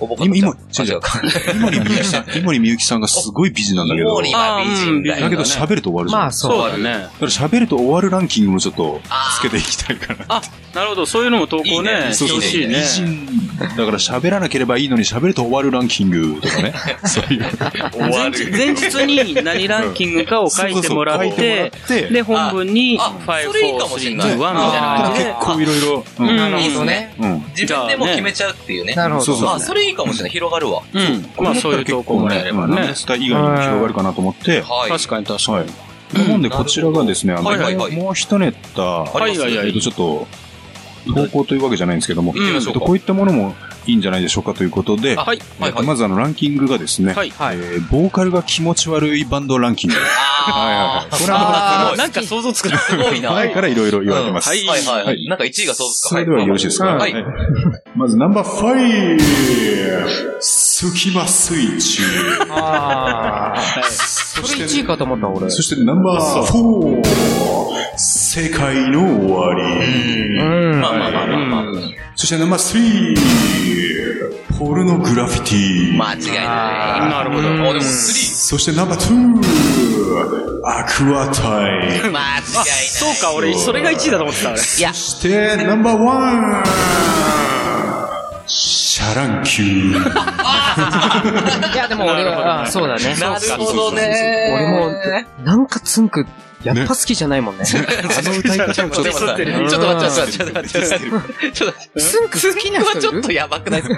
[SPEAKER 3] おぼか
[SPEAKER 4] 今、今、
[SPEAKER 3] ちゃん
[SPEAKER 4] 違う
[SPEAKER 3] 違
[SPEAKER 4] 違う
[SPEAKER 3] うか。
[SPEAKER 4] 井森美幸さん、井森美幸さんがすごい美人なんだけ
[SPEAKER 3] イモ
[SPEAKER 4] ど、
[SPEAKER 3] リは美人だ
[SPEAKER 5] あーうん
[SPEAKER 4] だ
[SPEAKER 3] よ
[SPEAKER 4] けど喋ると終わるじゃん。
[SPEAKER 6] まあ、
[SPEAKER 5] う。そ
[SPEAKER 6] そうう。
[SPEAKER 5] だね。
[SPEAKER 4] だから喋ると終わるランキングもちょっと
[SPEAKER 3] あ
[SPEAKER 4] つけていきたいから。
[SPEAKER 5] なるほど、そういうのも投稿
[SPEAKER 3] いい
[SPEAKER 5] ね、
[SPEAKER 3] ね
[SPEAKER 5] してほしいね
[SPEAKER 4] 美。人。だから喋らなければいいのに喋ると終わるランキングとかね。そういう。
[SPEAKER 5] 前日前日に何ランキングかを書いてもらっ
[SPEAKER 4] そうそう書
[SPEAKER 5] て
[SPEAKER 4] いて、もらって
[SPEAKER 5] で、本文に、
[SPEAKER 3] あ
[SPEAKER 5] 5、4、3、2、1
[SPEAKER 3] それいいかもしれない
[SPEAKER 5] みたいな感じで
[SPEAKER 4] 結。構いろいろ。う
[SPEAKER 5] うん
[SPEAKER 4] ん。
[SPEAKER 3] あ、いいですね。
[SPEAKER 4] うん。
[SPEAKER 3] 自分でも決めちゃうっていうね。
[SPEAKER 6] なるほ
[SPEAKER 4] そう
[SPEAKER 6] ど。
[SPEAKER 4] そう
[SPEAKER 3] あ、それいいかもしれない。広がるわ。
[SPEAKER 5] うん。まあ、そういう投稿もらえれば
[SPEAKER 4] ラ
[SPEAKER 5] ね
[SPEAKER 4] ム。スター以外にも広がるかなと思って。は
[SPEAKER 3] はい。
[SPEAKER 5] 確かに確かに。
[SPEAKER 4] い。なもんで、こちらがですね、あの、
[SPEAKER 3] はいはいはい
[SPEAKER 4] もう一ネタ、
[SPEAKER 3] あります
[SPEAKER 5] はいはいはい
[SPEAKER 4] えっとちょっと、投稿というわけじゃないんですけども、
[SPEAKER 5] 行ってみましょう
[SPEAKER 4] えっ
[SPEAKER 5] か
[SPEAKER 4] とこういったものもいいんじゃないでしょうかということで、
[SPEAKER 5] はい。
[SPEAKER 3] はいはい。
[SPEAKER 4] まずあの、ランキングがですね、
[SPEAKER 5] はい。
[SPEAKER 4] えーボーカルが気持ち悪いバンドランキング。
[SPEAKER 3] あ
[SPEAKER 4] これ は
[SPEAKER 5] あ
[SPEAKER 3] あ
[SPEAKER 5] ー
[SPEAKER 3] ー
[SPEAKER 5] なんか想像つくな。
[SPEAKER 3] ー、すごいな。
[SPEAKER 4] 前からいろいろ言われてます。
[SPEAKER 3] うんはいはいは。
[SPEAKER 4] はいい
[SPEAKER 3] なんか1位がそうですか。
[SPEAKER 4] それではよろしいですか
[SPEAKER 3] はい。
[SPEAKER 4] はいまずナンバーファイスキマスイッチ。
[SPEAKER 6] ああ。それ1位かと思った、俺。
[SPEAKER 4] そしてナンバーフォー世界の終わり。
[SPEAKER 6] うん。
[SPEAKER 3] まあまあまあまあまあ。
[SPEAKER 4] そしてナンバースリーポルノグラフィティ。
[SPEAKER 3] 間違いない。なるほど。あ、でも3。
[SPEAKER 4] そしてナンバーツーアクアタイ。
[SPEAKER 3] 間違いない。
[SPEAKER 5] そうか、俺、それが1位だと思ってた。俺
[SPEAKER 4] そしてナンバーワンシャランキュー。
[SPEAKER 6] いや、でも俺
[SPEAKER 5] なるほど
[SPEAKER 6] は、あそうだね。
[SPEAKER 3] なるほどね。
[SPEAKER 6] 俺も、なんかつんく、やっぱ好きじゃないもんね。
[SPEAKER 4] あの歌い方も
[SPEAKER 3] ちょっと待って、
[SPEAKER 6] うん
[SPEAKER 3] ちょっと待って、ちょっと待って、ちょっと待って、ちょっと待って。
[SPEAKER 6] つんく好きな
[SPEAKER 3] これは
[SPEAKER 6] 人
[SPEAKER 3] ち
[SPEAKER 6] い
[SPEAKER 3] ょっ
[SPEAKER 6] る
[SPEAKER 3] とやばくないです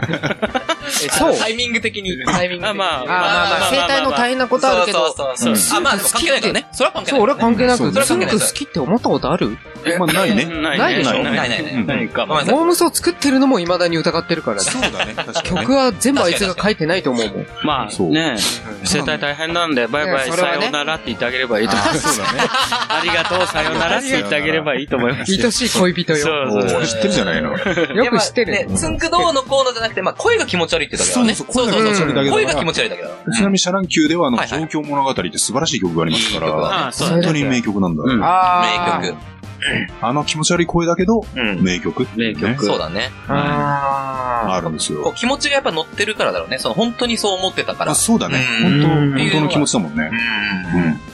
[SPEAKER 3] か
[SPEAKER 6] そう。
[SPEAKER 3] タイミング的に、タイミング的に。
[SPEAKER 5] あまあ
[SPEAKER 6] あまあまあ、生体の大変なことあるけど、
[SPEAKER 3] そうそうそう。
[SPEAKER 6] うん
[SPEAKER 3] あ、まあ、関係ないからね。それは関係
[SPEAKER 6] そ
[SPEAKER 3] な
[SPEAKER 6] う、
[SPEAKER 3] い。
[SPEAKER 6] 俺は関係な
[SPEAKER 4] そ
[SPEAKER 6] く、
[SPEAKER 4] う
[SPEAKER 6] つんく好きって思ったことある
[SPEAKER 4] まあ、ないね。
[SPEAKER 5] ない
[SPEAKER 6] ないでしょ
[SPEAKER 3] ないないない
[SPEAKER 4] うん
[SPEAKER 5] ないか
[SPEAKER 3] ご
[SPEAKER 5] も。
[SPEAKER 3] めんなさい。
[SPEAKER 6] モームスを作ってるのも未だに疑ってるからね。
[SPEAKER 4] そうだね。確かにね。
[SPEAKER 6] 曲は全部あいつが書いてないと思うもん。
[SPEAKER 5] ま
[SPEAKER 4] そ
[SPEAKER 5] あ
[SPEAKER 4] う
[SPEAKER 5] ね、生態大変なんで、バイバイ、
[SPEAKER 6] ねそれは
[SPEAKER 5] さ
[SPEAKER 6] ね
[SPEAKER 5] ようならって言ってあげればいいと思います。
[SPEAKER 4] そうだね。
[SPEAKER 5] ありがとう、さようならって言ってあげればいいと思います。
[SPEAKER 6] 愛しい恋人
[SPEAKER 5] そ
[SPEAKER 6] よ。
[SPEAKER 5] う
[SPEAKER 4] お
[SPEAKER 5] そうそう。
[SPEAKER 4] ー知ってるじゃないの。
[SPEAKER 6] よく知ってる。
[SPEAKER 3] ね、つんくどうのこうのじゃなくて、まあ、声が気持ち悪いってだけだね。
[SPEAKER 4] そう
[SPEAKER 3] そ
[SPEAKER 4] そうう
[SPEAKER 3] そ
[SPEAKER 4] 声
[SPEAKER 3] う
[SPEAKER 4] が
[SPEAKER 3] そう声が
[SPEAKER 4] 気持ち悪いだけだから
[SPEAKER 3] 気持ち悪いだけだから。
[SPEAKER 4] ちなみにシャランキューでは、あの、
[SPEAKER 3] はいはい
[SPEAKER 4] 状況物語って素晴らしい曲がありますか
[SPEAKER 3] いい曲だ
[SPEAKER 4] ら、
[SPEAKER 5] ああ、そうだ
[SPEAKER 4] 本
[SPEAKER 5] ね。
[SPEAKER 4] 当に名曲なんだ
[SPEAKER 5] う
[SPEAKER 4] よ
[SPEAKER 5] ん。
[SPEAKER 6] あ
[SPEAKER 3] 名曲。
[SPEAKER 4] あの気持ち悪い声だけど、
[SPEAKER 3] うん。
[SPEAKER 4] 名曲っていうね。
[SPEAKER 5] 名曲
[SPEAKER 3] そうだね。
[SPEAKER 6] あ
[SPEAKER 4] あるんです
[SPEAKER 3] こ
[SPEAKER 4] よ。
[SPEAKER 3] う気持ちがやっぱ乗ってるからだろうね。その本当にそう思ってたから
[SPEAKER 4] あ。そうだね。
[SPEAKER 3] うん
[SPEAKER 4] 本当、
[SPEAKER 6] うん
[SPEAKER 4] 本当の気持ちだもんね。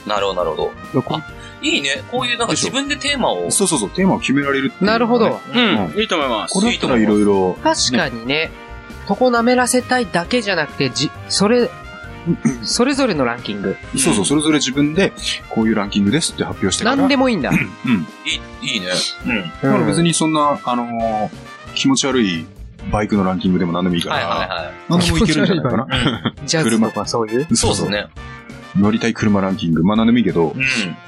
[SPEAKER 4] う
[SPEAKER 3] なるほど、なるほど。
[SPEAKER 6] ーこ
[SPEAKER 3] いいね。こういうなんか
[SPEAKER 4] でし
[SPEAKER 3] 自
[SPEAKER 4] ょ
[SPEAKER 3] 分でテーマを
[SPEAKER 4] ん。。そうそうそう、テーマを決められるっていうの
[SPEAKER 6] な
[SPEAKER 4] はね
[SPEAKER 6] るほど。。
[SPEAKER 5] うん、いいと思います。
[SPEAKER 4] これだったらいろいろ、
[SPEAKER 6] 確かにね、そこ舐めらせたいだけじゃなくて、じ、それ、それぞれのランキング。
[SPEAKER 4] そうそう、それぞれ自分で、こういうランキングですって発表してから。
[SPEAKER 6] 何でもいいんだ。
[SPEAKER 4] うん。
[SPEAKER 3] いい、いいね。
[SPEAKER 4] だから別
[SPEAKER 6] に。
[SPEAKER 4] にそんな、あのー、気持ち悪いバイクのランキングでも何でもいいか
[SPEAKER 3] はいはい
[SPEAKER 4] ら、
[SPEAKER 3] は
[SPEAKER 4] 何でもいけるんじゃないかな。
[SPEAKER 6] ジャズとかそういう。
[SPEAKER 3] い。そうです。ね。
[SPEAKER 4] 乗りたい車ランキング、まあ何でもいいけど、
[SPEAKER 3] うん。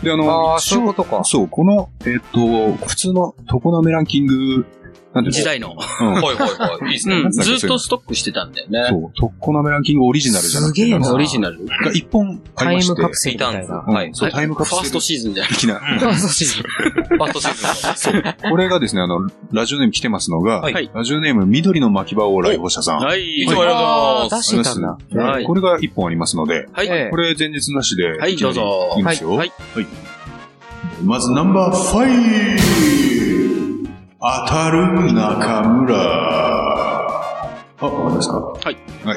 [SPEAKER 4] で、あの、
[SPEAKER 6] ああ、そういうことか。
[SPEAKER 4] そう、この、えっと、普通の常滑ランキング、なんてい
[SPEAKER 5] 時
[SPEAKER 4] うの
[SPEAKER 5] 代の。
[SPEAKER 4] うん。
[SPEAKER 3] はいはいはい。いいです
[SPEAKER 5] う
[SPEAKER 3] ね。
[SPEAKER 5] ん、ずっとストックしてたんだよね。
[SPEAKER 4] そう、常滑ランキングオリジナルじゃなくて、
[SPEAKER 6] すげえな
[SPEAKER 4] あの
[SPEAKER 5] オリジナル。
[SPEAKER 4] が一本あ
[SPEAKER 6] タ
[SPEAKER 4] り
[SPEAKER 6] イ
[SPEAKER 4] まし
[SPEAKER 6] ム
[SPEAKER 4] て
[SPEAKER 6] カ、プセルみたいな。
[SPEAKER 4] うん
[SPEAKER 3] はい
[SPEAKER 4] そう、タイムカプ
[SPEAKER 5] ファース
[SPEAKER 4] セ
[SPEAKER 5] ト
[SPEAKER 4] ル
[SPEAKER 5] シーズンじゃない。
[SPEAKER 4] 的
[SPEAKER 3] う
[SPEAKER 4] な。
[SPEAKER 3] ん
[SPEAKER 6] ファーストシーズ
[SPEAKER 3] ファーストシーズンの。そう。
[SPEAKER 4] これがですね、あの、ラジオネーム来てますのが、
[SPEAKER 5] はい
[SPEAKER 4] ラジオネーム緑の巻き場を来訪者さん。あ
[SPEAKER 5] はい。
[SPEAKER 3] いつもありがとうござい
[SPEAKER 6] あ
[SPEAKER 3] ま
[SPEAKER 6] 出
[SPEAKER 3] す。
[SPEAKER 6] して
[SPEAKER 4] り
[SPEAKER 6] た
[SPEAKER 4] ます
[SPEAKER 6] んだ。
[SPEAKER 4] ね
[SPEAKER 5] はい
[SPEAKER 4] これが一本ありますので、
[SPEAKER 5] はい。
[SPEAKER 6] ええ
[SPEAKER 4] これ前日なしで。
[SPEAKER 5] はいどうぞ
[SPEAKER 4] いきなりいいんですよ。
[SPEAKER 5] はい。。
[SPEAKER 4] まずナンバーファイ当たる中村。あ、わかりますかはいはい。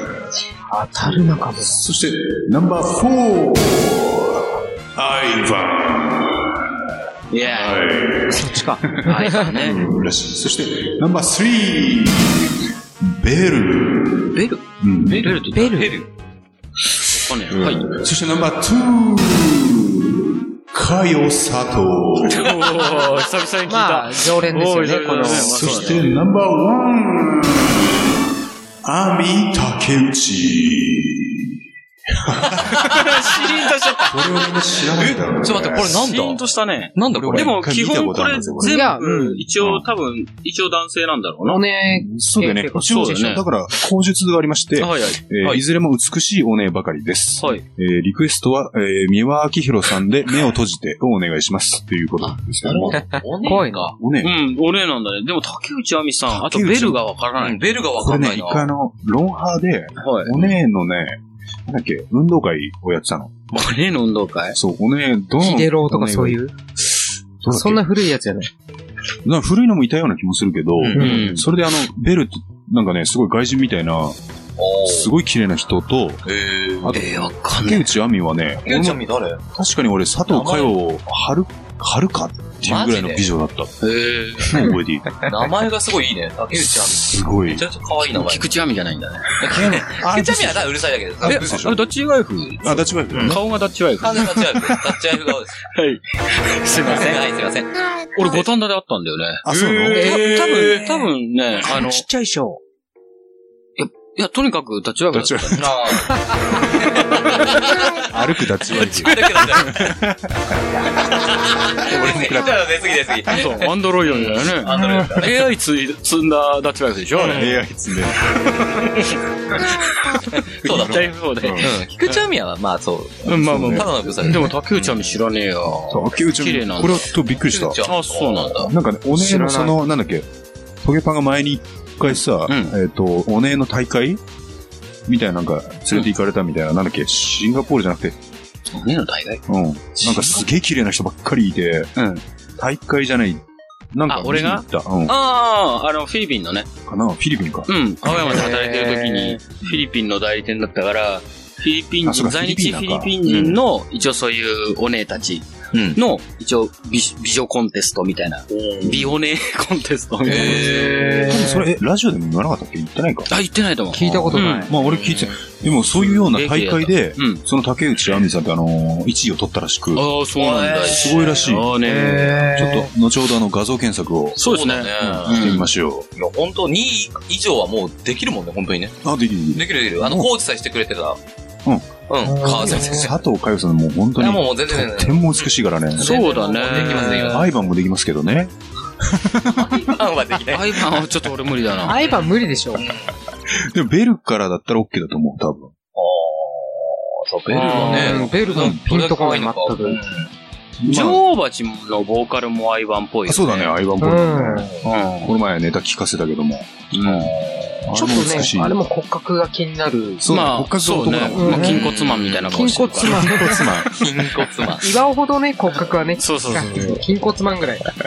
[SPEAKER 6] 当たる中も。
[SPEAKER 4] そして、ナンバーフォーアイヴ
[SPEAKER 5] いや
[SPEAKER 4] ァン。はい。
[SPEAKER 6] そっちか。
[SPEAKER 5] はい。ね。
[SPEAKER 4] らしい。そして、ナンバースリーベル。
[SPEAKER 5] ベル
[SPEAKER 4] うん。
[SPEAKER 5] ベルって
[SPEAKER 6] ベル。
[SPEAKER 5] こね。
[SPEAKER 4] は
[SPEAKER 5] はい。
[SPEAKER 4] い。そしてナンバーツーかよさと。
[SPEAKER 5] おー、久々に聞い
[SPEAKER 6] まあ、
[SPEAKER 5] た。
[SPEAKER 6] 常連ですよ
[SPEAKER 5] お
[SPEAKER 6] ね、
[SPEAKER 5] ー
[SPEAKER 6] この
[SPEAKER 5] そう。ですね
[SPEAKER 4] そしてナンバーワン、アミ竹内。
[SPEAKER 5] シーンとしちゃった。
[SPEAKER 4] これはみんな知らないだろうね。
[SPEAKER 3] ちょっと待って、これなん
[SPEAKER 5] シーン
[SPEAKER 3] だ
[SPEAKER 5] としたね。
[SPEAKER 3] なんだこれ
[SPEAKER 5] でも、
[SPEAKER 4] 一回
[SPEAKER 5] 基
[SPEAKER 4] 見た
[SPEAKER 5] 本
[SPEAKER 4] こと
[SPEAKER 5] こ
[SPEAKER 4] ある
[SPEAKER 5] れ
[SPEAKER 4] んですよ
[SPEAKER 5] 全
[SPEAKER 6] いや
[SPEAKER 5] 部
[SPEAKER 6] う、ん
[SPEAKER 5] 一応多分、一応男性なんだろう
[SPEAKER 6] お
[SPEAKER 5] な。
[SPEAKER 6] ね
[SPEAKER 4] そうだよね。
[SPEAKER 6] 結構
[SPEAKER 4] 一応で
[SPEAKER 5] そう
[SPEAKER 4] し
[SPEAKER 5] だ
[SPEAKER 4] ょ。
[SPEAKER 5] ね
[SPEAKER 4] だから、口述がありまして、
[SPEAKER 5] はいはい。
[SPEAKER 4] えー
[SPEAKER 5] はい
[SPEAKER 4] いずれも美しいお姉ばかりです。
[SPEAKER 5] はい。
[SPEAKER 4] えーリクエストは、えー、三輪明宏さんで目を閉じてをお願いします。ということなんですけども。
[SPEAKER 3] お
[SPEAKER 6] 怖
[SPEAKER 3] ね
[SPEAKER 6] い
[SPEAKER 3] が
[SPEAKER 6] な。
[SPEAKER 4] おね、
[SPEAKER 5] うん、お礼なんだね。でも、竹内亜美さん、あと
[SPEAKER 4] 竹内
[SPEAKER 5] ベルがわからない。
[SPEAKER 3] ベルがわ
[SPEAKER 4] こ
[SPEAKER 3] か
[SPEAKER 4] れ
[SPEAKER 3] んな
[SPEAKER 4] ね、
[SPEAKER 3] い
[SPEAKER 4] 一回あ
[SPEAKER 3] な。
[SPEAKER 4] の、ロンハーで、
[SPEAKER 5] はい。
[SPEAKER 4] おねのね、なんだっけ、運動会をやってたの。
[SPEAKER 5] お礼の運動会
[SPEAKER 4] そう、おねどの。。
[SPEAKER 6] ヒデローとかそういうう。
[SPEAKER 4] どうだっけ
[SPEAKER 6] そんな古いやつじゃない。
[SPEAKER 4] なんか古いのもいたような気もするけど、
[SPEAKER 5] ん
[SPEAKER 4] それであの、ベルって、なんかね、すごい外人みたいな、
[SPEAKER 3] おー
[SPEAKER 4] すごい綺麗な人と、
[SPEAKER 3] えー
[SPEAKER 4] あと
[SPEAKER 3] えー、わかんない。
[SPEAKER 4] 竹内亜美はね、
[SPEAKER 3] ゆうちゃん見誰
[SPEAKER 4] 俺も確かに俺、佐藤佳代、はる、はるかっていうぐらいの美女だった。もう覚えていい。
[SPEAKER 3] 名前がすごいいいね。竹内亜
[SPEAKER 4] すご
[SPEAKER 3] 美。
[SPEAKER 4] い
[SPEAKER 3] めち。ゃくちゃ可愛い名前。
[SPEAKER 5] 菊池亜美じゃないんだね。
[SPEAKER 4] あ
[SPEAKER 3] 竹内亜美はなうるさいだけです。
[SPEAKER 4] あ
[SPEAKER 5] え、
[SPEAKER 4] え
[SPEAKER 5] あ
[SPEAKER 4] 嘘でしょ
[SPEAKER 5] れ、ダッチワイフ
[SPEAKER 4] あ、ダチバイブ。
[SPEAKER 5] 顔がダッチワイフ。
[SPEAKER 3] 完全に立ち上げて、立ち上げ顔です。
[SPEAKER 5] い。すいません。
[SPEAKER 3] はい、すいません。
[SPEAKER 5] 俺、五反田で会ったんだよね。
[SPEAKER 4] あ、そうなの
[SPEAKER 5] え多分、多分ね、あの、い
[SPEAKER 6] ちっちゃい賞。
[SPEAKER 5] や、とにかくダッチワイフだ
[SPEAKER 4] ダ
[SPEAKER 5] った
[SPEAKER 4] チバイブ。
[SPEAKER 3] ああ、
[SPEAKER 4] 歩くダ チバイブ。
[SPEAKER 3] だけだった。俺ね、じゃあ出過ぎ出過ぎ。
[SPEAKER 5] そう、アンドロイドだよ ね。
[SPEAKER 3] アンドロイドだ
[SPEAKER 5] AI つい積んだダッチワイフでしょあれ。
[SPEAKER 4] AI つんで。
[SPEAKER 5] ダッ
[SPEAKER 3] そうだ
[SPEAKER 5] チワイフそうで。
[SPEAKER 3] 菊池亜美は、まあそう。
[SPEAKER 5] うん、まあまあ
[SPEAKER 3] た
[SPEAKER 5] ま
[SPEAKER 3] だのブサ
[SPEAKER 5] あ。でも、竹内亜美知らねえよ。
[SPEAKER 4] そう竹内
[SPEAKER 5] 綺
[SPEAKER 4] 亜
[SPEAKER 5] 麗なんだ
[SPEAKER 4] 美。これはちょっとびっくりした。
[SPEAKER 5] あ、そうなんだ。
[SPEAKER 4] なんかね、お姉のその、なんだっけ、トゲパンが前に一回さ、
[SPEAKER 5] うん
[SPEAKER 4] えっ、と、お姉の大会みたいななんか、連れて行かれたみたいな、なんだっけ、シンガポールじゃなくて、
[SPEAKER 5] ねの大概。
[SPEAKER 4] うん。なんかすげえ綺麗な人ばっかりいて、
[SPEAKER 5] うん。
[SPEAKER 4] 大会じゃない、なんか
[SPEAKER 5] あ、俺が
[SPEAKER 4] 見に行った、うん。
[SPEAKER 5] ああ、あの、フィリピンのね。
[SPEAKER 4] かな、フィリピンか。
[SPEAKER 5] うん。青山で働いてる時
[SPEAKER 6] へ
[SPEAKER 5] に、
[SPEAKER 6] ー
[SPEAKER 5] フィリピンの代理店だったから、フィリピン
[SPEAKER 4] あそう
[SPEAKER 5] 人、
[SPEAKER 4] か
[SPEAKER 5] 在日
[SPEAKER 4] フ
[SPEAKER 5] フィ
[SPEAKER 4] ィリピン
[SPEAKER 5] リ
[SPEAKER 4] だか
[SPEAKER 5] ピン人の、一応そういうお姉たち
[SPEAKER 3] うん。
[SPEAKER 5] の、一応美、美女コンテストみたいな。美お姉コンテストみたいな。
[SPEAKER 3] へ
[SPEAKER 4] もそれ、え、ラジオでも言わなかったっけ言ってないか。
[SPEAKER 5] あ、言ってないと思う。
[SPEAKER 6] 聞いたことない。
[SPEAKER 4] まあ俺聞いて、でもそういうような大会で、
[SPEAKER 5] うん。
[SPEAKER 4] その竹内亜美さんってあのー、1位を取ったらしく、ちょっ
[SPEAKER 5] ああ、そうなんだ。
[SPEAKER 4] すごいらしい
[SPEAKER 5] ああね。
[SPEAKER 6] えー
[SPEAKER 4] と、後ほどあの画像検索を
[SPEAKER 5] そうですね。
[SPEAKER 3] だ
[SPEAKER 4] してみましょ
[SPEAKER 3] いや、本当2位以上はもうできるもんね、本当にね。
[SPEAKER 4] う。あ、できる。
[SPEAKER 3] できるできる。あの、
[SPEAKER 4] うん
[SPEAKER 3] コーチさえしてくれてたら。
[SPEAKER 4] うん
[SPEAKER 3] うん。川崎先生。
[SPEAKER 4] 佐藤佳代さんも本当
[SPEAKER 3] い
[SPEAKER 4] に
[SPEAKER 3] や、、もうもう全然
[SPEAKER 4] とっても美しいからね。
[SPEAKER 5] そうだね。
[SPEAKER 3] できますできま
[SPEAKER 4] アイバンもできますけどね。
[SPEAKER 3] 全然。ファンはできない。
[SPEAKER 5] アイバンはちょっと俺無理 だな。
[SPEAKER 6] アイバン無理でしょ。
[SPEAKER 4] でもベルからだったら OK だと思う、多分。
[SPEAKER 3] そう、ベルは
[SPEAKER 6] う
[SPEAKER 3] ね
[SPEAKER 6] ん。ベルのピンとこない、全
[SPEAKER 3] う
[SPEAKER 6] く
[SPEAKER 3] ん。
[SPEAKER 5] 女王蜂のボーカルもアイバンっぽい
[SPEAKER 4] あ
[SPEAKER 5] よ。
[SPEAKER 4] そうだね、。アイバン
[SPEAKER 6] う
[SPEAKER 4] ボー
[SPEAKER 6] ん。
[SPEAKER 5] うん。
[SPEAKER 4] この前ネタ聞かせたけども。
[SPEAKER 6] ちょっとね、あれも骨格が気になる。
[SPEAKER 4] そうだね
[SPEAKER 5] まあ
[SPEAKER 4] 骨格
[SPEAKER 5] そうね
[SPEAKER 4] が男だもんね。
[SPEAKER 5] まあ、筋骨マンみたいな顔
[SPEAKER 6] 筋
[SPEAKER 5] してる
[SPEAKER 6] 骨
[SPEAKER 5] から。
[SPEAKER 6] マン。
[SPEAKER 4] つま
[SPEAKER 3] 筋骨マン。
[SPEAKER 6] 岩尾ほどね、骨格はね。
[SPEAKER 5] そうそうそう。
[SPEAKER 6] 筋骨マンぐらい。
[SPEAKER 4] なか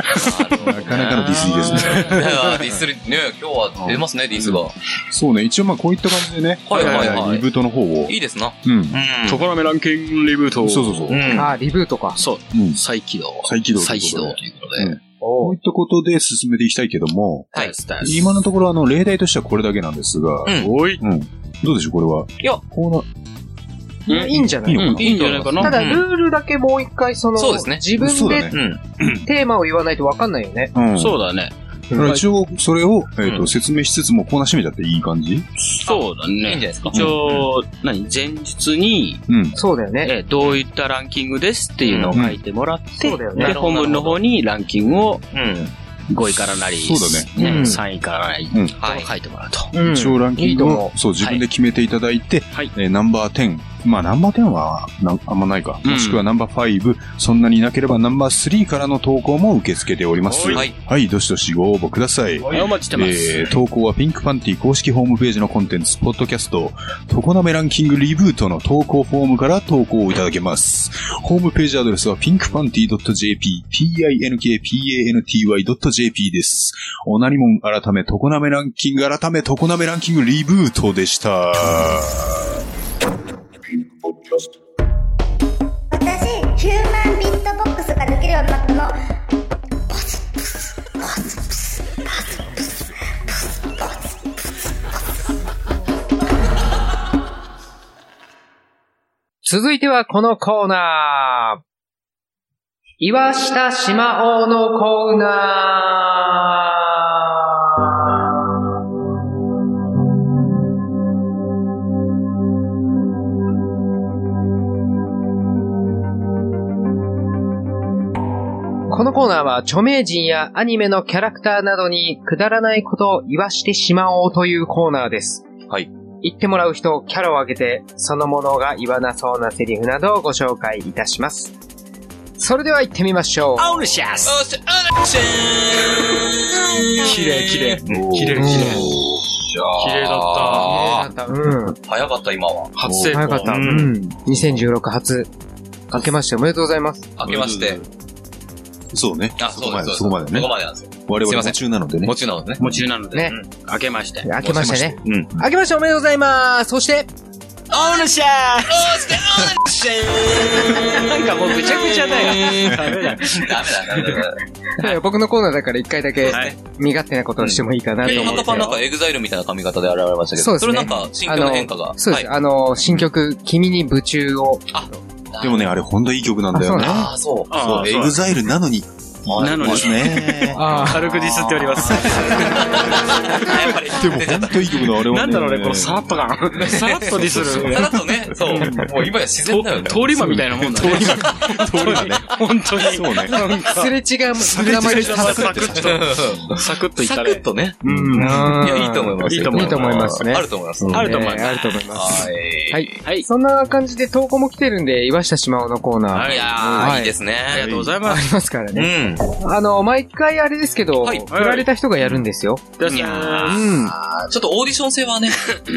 [SPEAKER 4] なかのディスいい ですね。
[SPEAKER 3] いやディスり、ね、今日は出ますね、ディスが。は
[SPEAKER 4] そうね、一応まあこういった感じでね、
[SPEAKER 3] いはいは
[SPEAKER 4] リブートの方を
[SPEAKER 3] い。い。いですな。
[SPEAKER 4] うん。
[SPEAKER 3] うん
[SPEAKER 5] ころめランキングリブー
[SPEAKER 4] そう
[SPEAKER 5] ト
[SPEAKER 4] そうそう。
[SPEAKER 3] ん。
[SPEAKER 6] あー、リブートか。
[SPEAKER 5] そう。
[SPEAKER 4] うん。
[SPEAKER 5] 再起動。
[SPEAKER 4] 再起動ということ
[SPEAKER 5] 再
[SPEAKER 4] で
[SPEAKER 5] 起動ということで。
[SPEAKER 4] うんこういったことで進めていきたいけども、
[SPEAKER 3] はい。
[SPEAKER 4] 今のところあの、例題としてはこれだけなんですが、
[SPEAKER 3] うん
[SPEAKER 5] おい。
[SPEAKER 4] うん。どうでしょう、これは。
[SPEAKER 3] いや
[SPEAKER 4] こうな、
[SPEAKER 6] いやいいんじゃない
[SPEAKER 4] いいの
[SPEAKER 5] うん、いいんじゃないかな。
[SPEAKER 6] ただ、ルールだけもう一回、その、
[SPEAKER 3] そうですね
[SPEAKER 6] 自分
[SPEAKER 4] そうだ
[SPEAKER 6] で
[SPEAKER 4] ね
[SPEAKER 3] うん。
[SPEAKER 6] テーマを言わないとわかんないよね。
[SPEAKER 4] うん。
[SPEAKER 5] そうだね。
[SPEAKER 4] だから一応、それを、えっ、
[SPEAKER 3] う
[SPEAKER 4] と、
[SPEAKER 3] ん
[SPEAKER 4] 説明しつつも、コーナー締めちゃっていい感じ
[SPEAKER 5] そうだね。
[SPEAKER 3] いいんじゃないですか
[SPEAKER 5] 一応、何前日に、
[SPEAKER 4] うん。
[SPEAKER 6] そうだよね。
[SPEAKER 5] え、どういったランキングですっていうのを書いてもらって、
[SPEAKER 6] そうだよね
[SPEAKER 5] で、本文の方にランキングを
[SPEAKER 3] うん。
[SPEAKER 5] 5位からなり、
[SPEAKER 4] そうだ
[SPEAKER 6] ねうん
[SPEAKER 5] 3位からなり、
[SPEAKER 4] うん
[SPEAKER 5] はい、書いてもらうと。
[SPEAKER 6] うん
[SPEAKER 4] 一応ランキ
[SPEAKER 6] い
[SPEAKER 4] ン
[SPEAKER 6] いと
[SPEAKER 4] グ
[SPEAKER 6] 思
[SPEAKER 4] を、そう、自分で決めていただいて、
[SPEAKER 5] はい
[SPEAKER 4] えーナンバー10。まあ、ナンバー10はな、あんまないか。
[SPEAKER 5] うん
[SPEAKER 4] もしくはナンバー5、そんなになければナンバー3からの投稿も受け付けております。
[SPEAKER 3] はい。
[SPEAKER 4] はい、どしどしご応募ください。
[SPEAKER 5] はい、お待ちしてます。
[SPEAKER 4] えー投稿はピンクパンティ公式ホームページのコンテンツ、ポッドキャスト、トコナメランキングリブートの投稿フォームから投稿をいただけます。ホームページアドレスはピンクパンティ .jp、pinkpanty.jp です。おなりもん改めトコナメランキング改めトコナメランキングリブートでした。
[SPEAKER 1] 私ヒューマンビットボックスができるようになったの
[SPEAKER 6] 続いてはこのコーナー。岩下島王のコーナー。このコーナーは著名人やアニメのキャラクターなどにくだらないことを言わしてしまおうというコーナーです。言ってもらう人、キャラを挙げて、そのものが言わなそうなセリフなどをご紹介いたします。それでは行ってみましょう。
[SPEAKER 5] オルシャス
[SPEAKER 3] おっしゃ、おっしゃー
[SPEAKER 5] 綺麗綺麗。麗
[SPEAKER 4] 綺
[SPEAKER 5] 綺麗
[SPEAKER 3] 綺。
[SPEAKER 5] 綺麗だった
[SPEAKER 6] た。うん。
[SPEAKER 3] 早かった、今は。
[SPEAKER 5] 初成功。
[SPEAKER 6] 早かった。う
[SPEAKER 3] うん
[SPEAKER 6] ん。2016初。明けましておめでとうございます。
[SPEAKER 3] 明けまして。
[SPEAKER 4] そうね。
[SPEAKER 3] あ、
[SPEAKER 4] そ
[SPEAKER 3] そう
[SPEAKER 4] こ
[SPEAKER 3] で。
[SPEAKER 4] ますで、そこまでね
[SPEAKER 3] そこ。までなんですよ。
[SPEAKER 4] 我
[SPEAKER 3] すい
[SPEAKER 4] 々
[SPEAKER 3] ません
[SPEAKER 4] 夢中なのでね
[SPEAKER 3] も。ちろんね。
[SPEAKER 5] もちろんなので、
[SPEAKER 6] ね
[SPEAKER 5] うん明けまして。
[SPEAKER 6] 明けましてね。
[SPEAKER 4] うん。
[SPEAKER 6] 明けましておめでとうございます。そして、
[SPEAKER 5] オルシャーなんかもうぐちゃぐちゃだよ。ダメだ。
[SPEAKER 3] ダメだ、ダメだダメだ。
[SPEAKER 6] 僕のコーナーだから一回だけ
[SPEAKER 5] はい
[SPEAKER 6] 身勝手なことをしてもいいかなと
[SPEAKER 3] 今
[SPEAKER 6] 思うん
[SPEAKER 3] パ
[SPEAKER 6] です
[SPEAKER 3] パなん
[SPEAKER 6] よ。
[SPEAKER 3] かエグザイルみたいな髪型で現れましたけど。
[SPEAKER 6] そうですね
[SPEAKER 3] れなんか、心境の変化が。
[SPEAKER 6] そうです。
[SPEAKER 3] はい
[SPEAKER 6] あの、新曲、君に部中を。
[SPEAKER 4] でもね、あれ、ほんといい曲なんだよね。
[SPEAKER 3] ああ、そう。
[SPEAKER 5] あ
[SPEAKER 4] エグザイルなのに。
[SPEAKER 5] な のに
[SPEAKER 4] ですね。
[SPEAKER 6] あ
[SPEAKER 5] 軽くディスっております。
[SPEAKER 3] あやっぱり。
[SPEAKER 4] でも、ほんといい曲のあれはね。
[SPEAKER 5] なんだろうね、このさらっと感。さらっとディスる。
[SPEAKER 3] さらっとね、そう。もう今や自然だよね。
[SPEAKER 5] 通り魔みたいなもんだね。通り魔ね。本当に。そうね。
[SPEAKER 6] あ、すれ違う、すれ違
[SPEAKER 5] サク
[SPEAKER 6] う。
[SPEAKER 5] ッ と。サクッといっ
[SPEAKER 3] サ
[SPEAKER 5] た
[SPEAKER 3] クッ
[SPEAKER 5] ね。
[SPEAKER 3] とね。
[SPEAKER 6] うん。い
[SPEAKER 3] いや、いいと思います。
[SPEAKER 5] いいと思います
[SPEAKER 6] いいと思いますね
[SPEAKER 3] あると思います。
[SPEAKER 5] あると思います
[SPEAKER 6] あると思います。
[SPEAKER 3] はい。。
[SPEAKER 6] はいい。
[SPEAKER 5] はい。
[SPEAKER 6] そんな感じで投稿も来てるんで、岩下島尾のコーナー。
[SPEAKER 5] はい
[SPEAKER 3] いやー、
[SPEAKER 6] はい
[SPEAKER 3] いいですね。
[SPEAKER 5] ありがとうご
[SPEAKER 3] い
[SPEAKER 5] ざい
[SPEAKER 6] あ
[SPEAKER 5] ます。
[SPEAKER 6] りますから
[SPEAKER 3] う
[SPEAKER 6] ね。
[SPEAKER 3] ん。
[SPEAKER 6] あの、毎回あれですけど、
[SPEAKER 3] はい
[SPEAKER 6] 振られた人がやるんですよ。
[SPEAKER 5] です
[SPEAKER 3] いや
[SPEAKER 5] ね
[SPEAKER 6] うん。
[SPEAKER 3] あ、ちょっとオーディション性はね、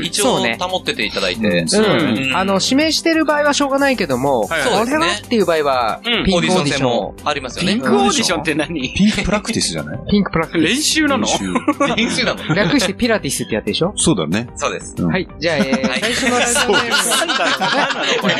[SPEAKER 3] 一応
[SPEAKER 6] そうね
[SPEAKER 3] 保ってていただいて。
[SPEAKER 4] うん
[SPEAKER 6] う
[SPEAKER 4] そ
[SPEAKER 3] ね
[SPEAKER 6] ん。あの、指名してる場合はしょうがないけども、こ
[SPEAKER 4] はいはい
[SPEAKER 6] れ
[SPEAKER 3] そうですね
[SPEAKER 6] はっていう場合は、
[SPEAKER 5] うん
[SPEAKER 6] ピン
[SPEAKER 3] オ
[SPEAKER 6] ク
[SPEAKER 3] ー
[SPEAKER 6] オ
[SPEAKER 3] デ
[SPEAKER 6] ー
[SPEAKER 3] ィショ
[SPEAKER 6] ディ
[SPEAKER 3] ン
[SPEAKER 6] シ
[SPEAKER 3] 性
[SPEAKER 6] ョン
[SPEAKER 3] も。ありますよ
[SPEAKER 5] ピ
[SPEAKER 3] ね。
[SPEAKER 5] ンクオーディションって何
[SPEAKER 4] ピンクプラクティスじゃない
[SPEAKER 6] ピンクプラクティ
[SPEAKER 5] 練習なの
[SPEAKER 4] 練習
[SPEAKER 3] 練習なの。
[SPEAKER 6] ス。略してピラティスってやつでしょ
[SPEAKER 4] そうだね。
[SPEAKER 3] そうです。
[SPEAKER 6] はい。じゃあ、えー
[SPEAKER 3] はい
[SPEAKER 6] 最初のラジオネーム
[SPEAKER 5] なんだろうなんだろうこれ。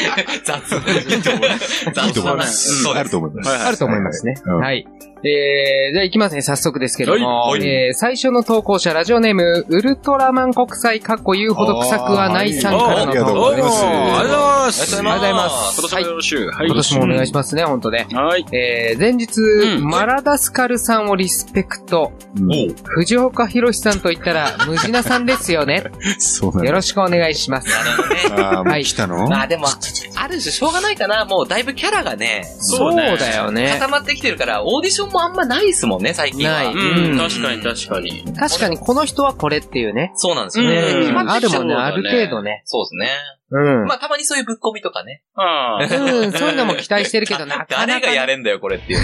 [SPEAKER 3] 雑。
[SPEAKER 4] いいと
[SPEAKER 3] 雑
[SPEAKER 4] 思
[SPEAKER 3] ない
[SPEAKER 4] ま
[SPEAKER 3] うん
[SPEAKER 4] す。
[SPEAKER 3] そう
[SPEAKER 4] あ
[SPEAKER 3] で
[SPEAKER 4] る
[SPEAKER 3] す。
[SPEAKER 4] と思います。
[SPEAKER 5] はい
[SPEAKER 6] あると思いますね。
[SPEAKER 4] うん
[SPEAKER 6] はい。えー、じゃあ行きますね、早速ですけども。
[SPEAKER 4] はいはい
[SPEAKER 6] えー、最初の投稿者、ラジオネーム、ウルトラマン国際、かっこ言うほど臭くはないさんからの
[SPEAKER 4] あーありがとう
[SPEAKER 6] 投稿。
[SPEAKER 4] ございます
[SPEAKER 5] どうもありがとうございます。
[SPEAKER 3] ありがとうございます
[SPEAKER 5] 今年もよろしゅう。はい。
[SPEAKER 6] 今年もお願いしますね、本当ね。
[SPEAKER 5] はい。
[SPEAKER 6] えー、前日、
[SPEAKER 5] うん
[SPEAKER 6] マラダスカルさんをリスペクト。
[SPEAKER 4] うん
[SPEAKER 6] 藤岡弘さんと言ったら、ムジナさんです よね。
[SPEAKER 4] そうなん
[SPEAKER 6] よ
[SPEAKER 4] だ。
[SPEAKER 6] ろしくお願いします。
[SPEAKER 4] あーも
[SPEAKER 6] は
[SPEAKER 4] う
[SPEAKER 6] い
[SPEAKER 4] 来たの
[SPEAKER 3] まあでも、ある種しょうがないかな。もうだいぶキャラがね、
[SPEAKER 5] そうね
[SPEAKER 6] だよね
[SPEAKER 3] 固。まってきてるから、オーディションもあんまないですもんね、最近は。
[SPEAKER 6] ない
[SPEAKER 5] うん、
[SPEAKER 6] うん
[SPEAKER 5] 確かに確かに。
[SPEAKER 6] 確かにこの人はこれっていうね。
[SPEAKER 3] そうなんですよ
[SPEAKER 5] う
[SPEAKER 3] ね。
[SPEAKER 5] ん
[SPEAKER 3] 決ま
[SPEAKER 6] あ
[SPEAKER 3] って
[SPEAKER 6] る
[SPEAKER 3] きちゃ
[SPEAKER 6] も
[SPEAKER 3] うん
[SPEAKER 6] ね、あ
[SPEAKER 3] だ
[SPEAKER 6] る程度ね。
[SPEAKER 3] そうですね。
[SPEAKER 6] うん。
[SPEAKER 3] まあたまにそういうぶっ込みとかね。
[SPEAKER 5] ああ。
[SPEAKER 6] うん、そういうのも期待してるけ ど、なかなかね、
[SPEAKER 3] 誰がやれんだよ、これっていう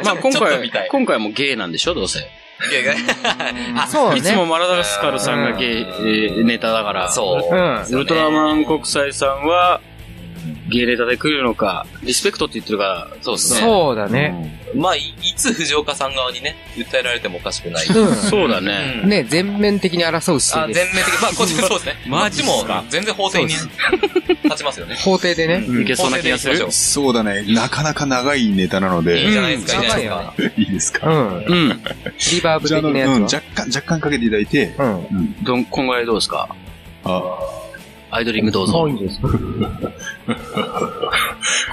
[SPEAKER 5] まあ今
[SPEAKER 3] ちょっと見た
[SPEAKER 5] 回
[SPEAKER 3] い、
[SPEAKER 5] 今回もゲイなんでしょどうせ。
[SPEAKER 3] いやいやあ
[SPEAKER 6] そうね。
[SPEAKER 5] いつもマラダスカルさんがゲイえーネタだから。
[SPEAKER 3] そう。
[SPEAKER 6] うん。
[SPEAKER 5] ウルトラマン国際さんは、ゲイネタで来るのか、リスペクトって言ってるから、
[SPEAKER 3] そうですね。
[SPEAKER 6] そうだね。
[SPEAKER 3] まあ、いいつ藤岡さん側にね、訴えられてもおかしくない。
[SPEAKER 6] う
[SPEAKER 5] そうだね。
[SPEAKER 3] うん
[SPEAKER 6] ん。ね、全面的に争う
[SPEAKER 3] あ
[SPEAKER 6] 姿勢
[SPEAKER 3] 全
[SPEAKER 6] です。
[SPEAKER 3] 面的。まあ、こっちもそうですね。
[SPEAKER 5] マジっすか
[SPEAKER 3] こっちも全然法廷に立ちますよね。
[SPEAKER 6] 法廷でね。
[SPEAKER 5] いけそうな気がす
[SPEAKER 3] 法廷で行き
[SPEAKER 5] る
[SPEAKER 3] ま。し
[SPEAKER 4] そうだね。なかなか長いネタなの
[SPEAKER 3] ょういい
[SPEAKER 4] で、
[SPEAKER 3] じゃないですか、いいじゃないです
[SPEAKER 6] うん
[SPEAKER 3] か。
[SPEAKER 4] いいですか
[SPEAKER 6] うん。
[SPEAKER 5] うん。
[SPEAKER 6] リバーブ
[SPEAKER 4] じゃあ、あ
[SPEAKER 6] 的
[SPEAKER 4] の、う、
[SPEAKER 6] なんやつ
[SPEAKER 4] 若干、若干かけていただいて、
[SPEAKER 6] は。うん。
[SPEAKER 5] どん、こんぐらいどうですか
[SPEAKER 4] あ
[SPEAKER 5] アイドリングどうぞ。
[SPEAKER 6] いいですか
[SPEAKER 4] ー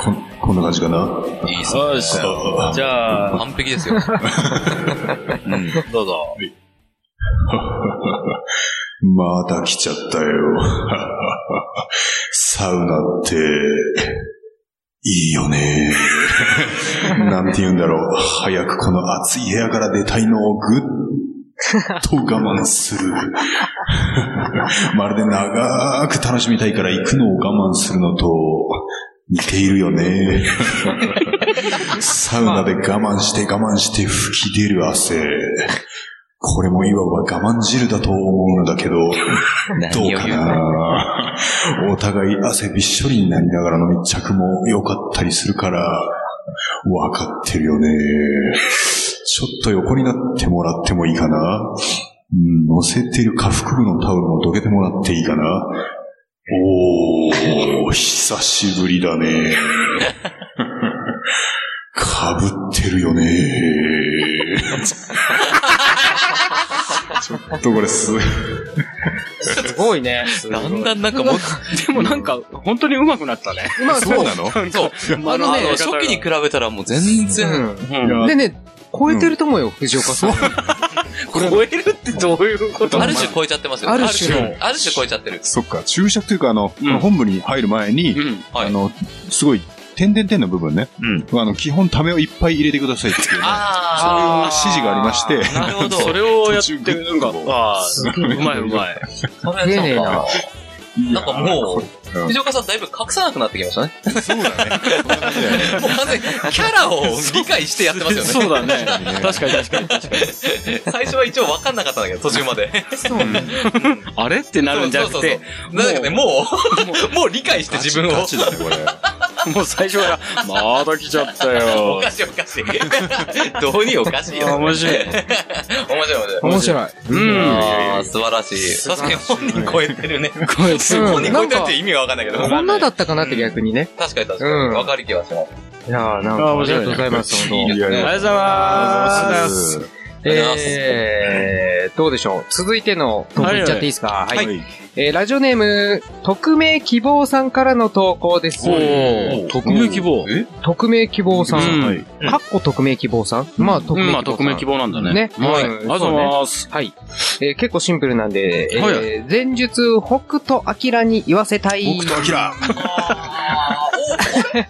[SPEAKER 4] こん、こんな感じかな。
[SPEAKER 3] いいっすね
[SPEAKER 5] そうです
[SPEAKER 4] あ
[SPEAKER 5] じゃあ、
[SPEAKER 3] 完璧ですよ。うん
[SPEAKER 5] どうぞ。
[SPEAKER 4] また来ちゃったよ。サウナって、いいよね。なんて言うんだろう。早くこの暑い部屋から出たいのをぐっと我慢する。まるで長く楽しみたいから行くのを我慢するのと、似ているよね。サウナで我慢して我慢して吹き出る汗。これもいわば我慢汁だと思うのだけど、どうかなお互い汗びっしょりになりながらの密着も良かったりするから、わかってるよね。ちょっと横になってもらってもいいかなうん乗せてる下腹部のタオルもどけてもらっていいかなおー、久しぶりだね。かぶってるよね。ちょっとこれす、
[SPEAKER 6] すごいね。
[SPEAKER 3] だんだんなんかもう、
[SPEAKER 5] でもなんか、本当に上手くなったね。
[SPEAKER 4] そうなの
[SPEAKER 3] そう。あのね、
[SPEAKER 5] あの
[SPEAKER 3] 初期に比べたらもう全然、
[SPEAKER 6] う
[SPEAKER 5] うん
[SPEAKER 4] いや
[SPEAKER 6] ん。でね、超えてると思うよ、藤岡さん。
[SPEAKER 5] 超えるってどういうこと
[SPEAKER 3] ある種超えちゃってますよ。
[SPEAKER 6] ある種
[SPEAKER 3] あるある種超えちゃってる。
[SPEAKER 4] そっか、注釈というか、あの、
[SPEAKER 5] うん
[SPEAKER 4] この本部に入る前に、
[SPEAKER 5] うん。
[SPEAKER 3] はい
[SPEAKER 4] あの、すごい、点々点の部分ね、あの、基本、ためをいっぱい入れてくださいっていうね、
[SPEAKER 3] あ
[SPEAKER 4] そういう指示がありまして、
[SPEAKER 3] あ、なるほど。
[SPEAKER 5] そ
[SPEAKER 3] それ、
[SPEAKER 5] れをやって、なんか
[SPEAKER 4] 途中、
[SPEAKER 5] ああ、うまいうまい。
[SPEAKER 3] そ
[SPEAKER 6] 丁
[SPEAKER 3] れ
[SPEAKER 6] 寧
[SPEAKER 3] なんか、な
[SPEAKER 6] な。
[SPEAKER 3] んかも
[SPEAKER 4] う
[SPEAKER 3] う、
[SPEAKER 4] ん
[SPEAKER 3] 藤岡さんだいぶ隠さなくなってきましたね。
[SPEAKER 4] う、そうだね。そんな感じだよね
[SPEAKER 3] もう完全にキャラを理解してやってますよね。
[SPEAKER 5] そうだ ね。確かに確かに確かに。
[SPEAKER 3] 最初は一応分かんなかったんだけど、途中まで。
[SPEAKER 6] そうね。
[SPEAKER 5] あれってなるんじゃなくて、
[SPEAKER 3] そうそうそう。なんかね、もう、もう理解して自分を
[SPEAKER 4] ガ。チだね、これ。
[SPEAKER 5] もう最初から、まだ来ちゃった
[SPEAKER 3] お
[SPEAKER 5] よ。
[SPEAKER 3] かしいおかしい。どうにおかしいよ。
[SPEAKER 5] あ
[SPEAKER 3] 面
[SPEAKER 5] 面白い。
[SPEAKER 3] 白い面白い。
[SPEAKER 6] 面白い。
[SPEAKER 5] うん。
[SPEAKER 3] ああ、素晴らしい。確かに本人超えてるね。
[SPEAKER 5] こいつ、
[SPEAKER 3] 本人超えてるっ
[SPEAKER 6] なんか
[SPEAKER 3] て意味がわかんないけど。
[SPEAKER 6] こんなだったかなって逆にね。
[SPEAKER 3] 確かに確か
[SPEAKER 6] うん
[SPEAKER 3] に。わかる気はします。
[SPEAKER 6] いやーなん
[SPEAKER 5] あ
[SPEAKER 6] か、あ
[SPEAKER 5] 面
[SPEAKER 6] り
[SPEAKER 5] 白いね
[SPEAKER 6] がとうございます、本当。
[SPEAKER 4] いやい
[SPEAKER 5] ありが
[SPEAKER 4] や、
[SPEAKER 5] とうございます。
[SPEAKER 3] ありがとうございます
[SPEAKER 6] えー、どうでしょう続いての投稿いっちゃっていいですかはい、
[SPEAKER 4] はい。はい
[SPEAKER 6] えー、ラジオネーム、匿名希望さんからの投稿です。
[SPEAKER 5] おー、匿名希望。
[SPEAKER 4] え
[SPEAKER 6] 匿名希望さん。
[SPEAKER 5] うん
[SPEAKER 4] はい。
[SPEAKER 6] かっこ匿名希望さん、まあ、匿
[SPEAKER 5] うん、
[SPEAKER 6] 名希望さん。
[SPEAKER 5] まあ、匿名希望なんだね。
[SPEAKER 6] ね
[SPEAKER 5] はい。あ
[SPEAKER 6] うん
[SPEAKER 5] りがとうございます。
[SPEAKER 6] はい。えー結構シンプルなんで、えー
[SPEAKER 5] は
[SPEAKER 6] 前述、北斗晶に言わせたい。
[SPEAKER 4] 僕とアキラ。
[SPEAKER 3] あーおあれあれ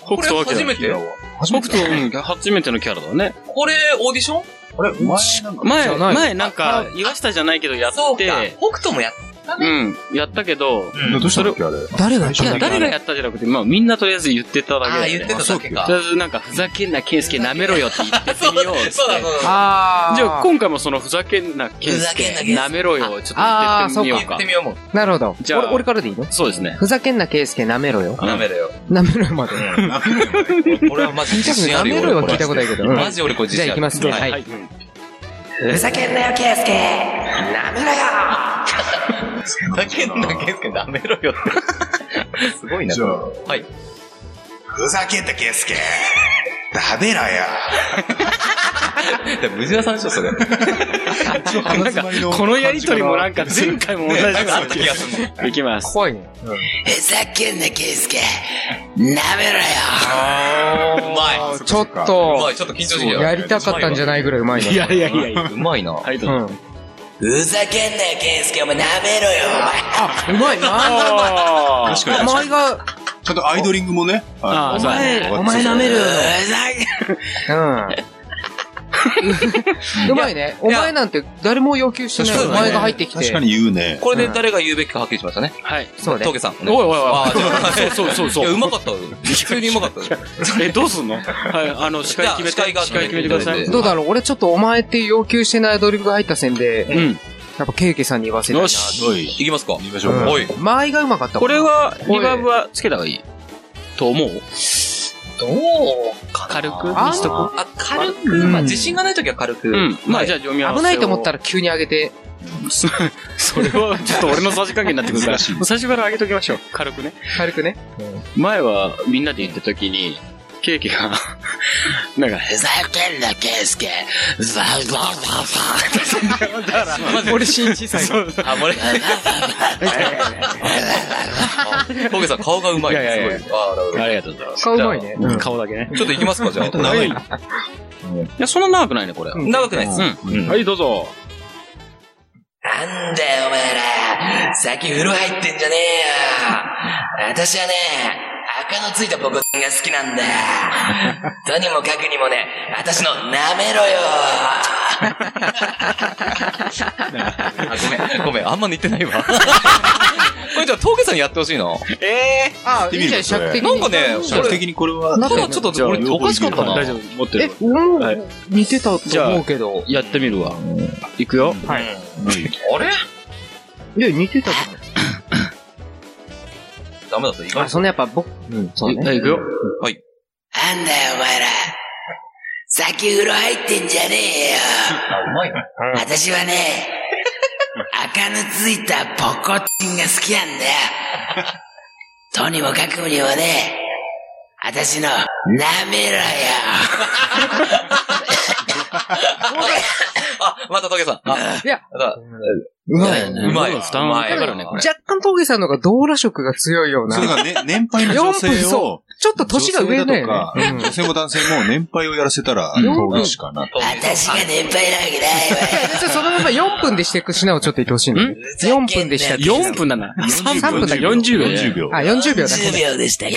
[SPEAKER 5] 北斗
[SPEAKER 3] これ初
[SPEAKER 5] 晶
[SPEAKER 3] めて
[SPEAKER 5] 北斗、うん、初めてのキャラだね。
[SPEAKER 3] これ、オーディション
[SPEAKER 4] あれ、前なんか
[SPEAKER 5] 前、
[SPEAKER 6] じゃない
[SPEAKER 5] 前なんか、岩下じゃないけどやっ
[SPEAKER 3] そうか
[SPEAKER 5] て、。
[SPEAKER 3] 北斗もやっったね。
[SPEAKER 5] うん。やったけど、
[SPEAKER 4] どうしたのっけあれ。
[SPEAKER 6] 誰が
[SPEAKER 5] いや、誰がやったじゃなくて、まあみんなとりあえず言ってただけ
[SPEAKER 3] あ
[SPEAKER 5] だ
[SPEAKER 3] あ、
[SPEAKER 5] よ
[SPEAKER 3] 言って
[SPEAKER 5] ね。
[SPEAKER 3] ただけか
[SPEAKER 5] と。りあえずなんか、ふざけんな、ケンスケ舐めろよって言ってみようっつって。
[SPEAKER 3] そうだ、そうだ。
[SPEAKER 6] ああ。
[SPEAKER 5] じゃあ今回もそのふざけんな、ケンスケ
[SPEAKER 3] ふざけんなケンスケ
[SPEAKER 5] 舐めろよ、ちょっと
[SPEAKER 6] あ
[SPEAKER 5] 言って
[SPEAKER 6] ー
[SPEAKER 5] みよう
[SPEAKER 3] 言っ
[SPEAKER 5] か
[SPEAKER 3] て。みようもん。
[SPEAKER 6] なるほど。
[SPEAKER 5] じゃあ
[SPEAKER 6] 俺、俺からでいいの
[SPEAKER 5] そうですね。
[SPEAKER 6] ふざけんな、ケイスケ、舐めろよ。
[SPEAKER 3] ダメだよ。
[SPEAKER 6] 舐めろよまで。
[SPEAKER 3] 俺はマジ自信あ
[SPEAKER 6] 舐
[SPEAKER 3] るよ。
[SPEAKER 6] めろよ
[SPEAKER 3] 俺これ
[SPEAKER 6] は聞いたことあるけど。うん
[SPEAKER 3] マジ俺これ自
[SPEAKER 6] じゃ
[SPEAKER 3] 信あ
[SPEAKER 6] あ
[SPEAKER 3] る。
[SPEAKER 6] 行きますね。はい。
[SPEAKER 3] ふざけんなよ、ケイスケなめろよふざけんなよ、ケイスケなめろよ って。すごいな。
[SPEAKER 4] じゃあ、
[SPEAKER 3] はい。
[SPEAKER 4] ふざけんな、ケースケ。ダメだよ。
[SPEAKER 3] でも、藤田さんでしょ、それ。
[SPEAKER 5] なんか、このやりとりもなんか前回も同じような
[SPEAKER 3] あった気がするね。
[SPEAKER 5] いきます。
[SPEAKER 6] 怖いね。
[SPEAKER 3] ふざけんな、ケイスケなめろようまい。
[SPEAKER 6] ちょっ
[SPEAKER 3] う
[SPEAKER 6] と
[SPEAKER 3] まい、、ちょっと緊張してきた。
[SPEAKER 6] やりたかったんじゃないぐらいうまいね。
[SPEAKER 5] いやいやいやいや。
[SPEAKER 3] うまいな。
[SPEAKER 5] はいうどうぞ。
[SPEAKER 6] ん。
[SPEAKER 3] ふざけんなよ、ケイスケお前なめろよ
[SPEAKER 6] あ、うまいな。
[SPEAKER 5] あ
[SPEAKER 4] 確かに。
[SPEAKER 6] 前が、
[SPEAKER 4] ちょっとアイドリングもね。
[SPEAKER 5] あ
[SPEAKER 4] あ
[SPEAKER 5] ー、そうだね。
[SPEAKER 6] お前舐めるよ。うん。うまいね。お前なんて誰も要求してない。
[SPEAKER 3] 確
[SPEAKER 6] お
[SPEAKER 3] かに
[SPEAKER 6] 前が入ってきて。
[SPEAKER 4] 確かに言うね。
[SPEAKER 3] これで誰が言うべきかはっきりしましたね。
[SPEAKER 5] はい。
[SPEAKER 6] そうね
[SPEAKER 3] 峠さん。
[SPEAKER 5] おいお
[SPEAKER 3] お
[SPEAKER 5] いおい
[SPEAKER 3] あーじゃあ
[SPEAKER 5] そうそうそうそう
[SPEAKER 3] いや、うまかったよ。普通にうまかったよ。
[SPEAKER 5] え、どうすんのはい、あの、司会決め
[SPEAKER 3] じゃあ司会
[SPEAKER 5] て、司会
[SPEAKER 3] が
[SPEAKER 5] 決めてください。
[SPEAKER 3] 決
[SPEAKER 6] どうだろう俺ちょっとお前って要求してないアドリブが入った線で、
[SPEAKER 5] うん。
[SPEAKER 6] やっぱケイケさんに言わせたいな。
[SPEAKER 5] よし
[SPEAKER 4] おい。
[SPEAKER 3] いきますか。
[SPEAKER 4] 言いましょうか。
[SPEAKER 3] おい。
[SPEAKER 6] 前がうまかったもん
[SPEAKER 5] これは、リバーブはつけた方がいいと思う
[SPEAKER 3] どうかな
[SPEAKER 5] 軽く
[SPEAKER 6] あー
[SPEAKER 5] にしとこ
[SPEAKER 3] あ、軽く、まあ、自信がないときは軽く。
[SPEAKER 5] う。うん。まあ、じゃあ読み合わせ
[SPEAKER 6] 危ないと思った
[SPEAKER 5] ら。
[SPEAKER 6] ら急に上げて。
[SPEAKER 5] そそれは、ちょっと俺のさじ加減になってくるから。
[SPEAKER 4] 難しい
[SPEAKER 5] もう最初から上げときましょう。軽くね。
[SPEAKER 6] 軽くね。
[SPEAKER 5] 前は、みんなで言った時に、ケーキが、 なんか、
[SPEAKER 2] ふざけんな、ケースケ。ザザザ
[SPEAKER 6] 俺新一最後。
[SPEAKER 3] あ、もれ。 トゲさん、顔がうまい。
[SPEAKER 5] いやいやいや
[SPEAKER 3] すごい。あーなるほど
[SPEAKER 5] ありがとうございます。
[SPEAKER 6] 顔うまいね。うん
[SPEAKER 5] 顔だけね。
[SPEAKER 3] ちょっといきますか、じゃあ。長い。
[SPEAKER 5] いや、そんな長くないね、これ。
[SPEAKER 3] 長くないです。
[SPEAKER 5] うん。はい、どうぞ。
[SPEAKER 7] なんだよ、お前ら。先風呂入ってんじゃねえよ。私はね、赤のついたポコチンが好きなんだ。とにもかくにもね、私の舐めろよ。
[SPEAKER 3] あごめん、ごめん、あんま似てないわ。これじゃあ、トゲさんやってほしいな。な
[SPEAKER 6] あ、いいじゃん、尺的に。
[SPEAKER 3] んかね、
[SPEAKER 4] 尺的にこれは、
[SPEAKER 3] なんかちょっと、俺、おかしかったな。
[SPEAKER 5] 大丈夫、持って
[SPEAKER 6] え
[SPEAKER 5] る。、
[SPEAKER 6] うん
[SPEAKER 5] はい
[SPEAKER 6] 似てたと思うけど。
[SPEAKER 5] やってみるわ。いくよ。
[SPEAKER 3] はい。あれ
[SPEAKER 6] いや、似てたと
[SPEAKER 3] ダメだった、意
[SPEAKER 6] 思う。
[SPEAKER 3] 外
[SPEAKER 6] あ、そんなやっぱ僕、うん、そうね。
[SPEAKER 5] はい、いくよ。
[SPEAKER 7] なんだよ、お前ら。先風呂入ってんじゃねえよ。
[SPEAKER 3] うまいな。
[SPEAKER 7] 私はね、赤のついたポコチンが好きなんだよ。とにもかくにもね、私の舐めろよ。
[SPEAKER 3] あ、またトゲさん。あ、
[SPEAKER 6] いや
[SPEAKER 3] あ
[SPEAKER 6] うまいよね。
[SPEAKER 3] うまい。
[SPEAKER 5] うん負担はかかるねこれ
[SPEAKER 6] 若干峠さんの方が動羅色が強いような
[SPEAKER 4] そ。れがね、年配の女性
[SPEAKER 6] 4分
[SPEAKER 4] を
[SPEAKER 6] そ、ちょっと年が上だ
[SPEAKER 4] 女性だ
[SPEAKER 6] よ
[SPEAKER 4] とか
[SPEAKER 6] ね。
[SPEAKER 4] 女性も男性も年配をやらせたら、
[SPEAKER 5] うん
[SPEAKER 4] どうしかな。
[SPEAKER 7] 私が年配なわけないわよ。
[SPEAKER 6] じゃあそのまま4分でしていく品をちょっと言ってほしいの。
[SPEAKER 5] ん
[SPEAKER 6] 4分でしたっけ
[SPEAKER 5] 4分だな。3分だ、40秒。
[SPEAKER 4] 40秒。
[SPEAKER 6] あ、40秒だ。
[SPEAKER 7] 40秒でした。40秒で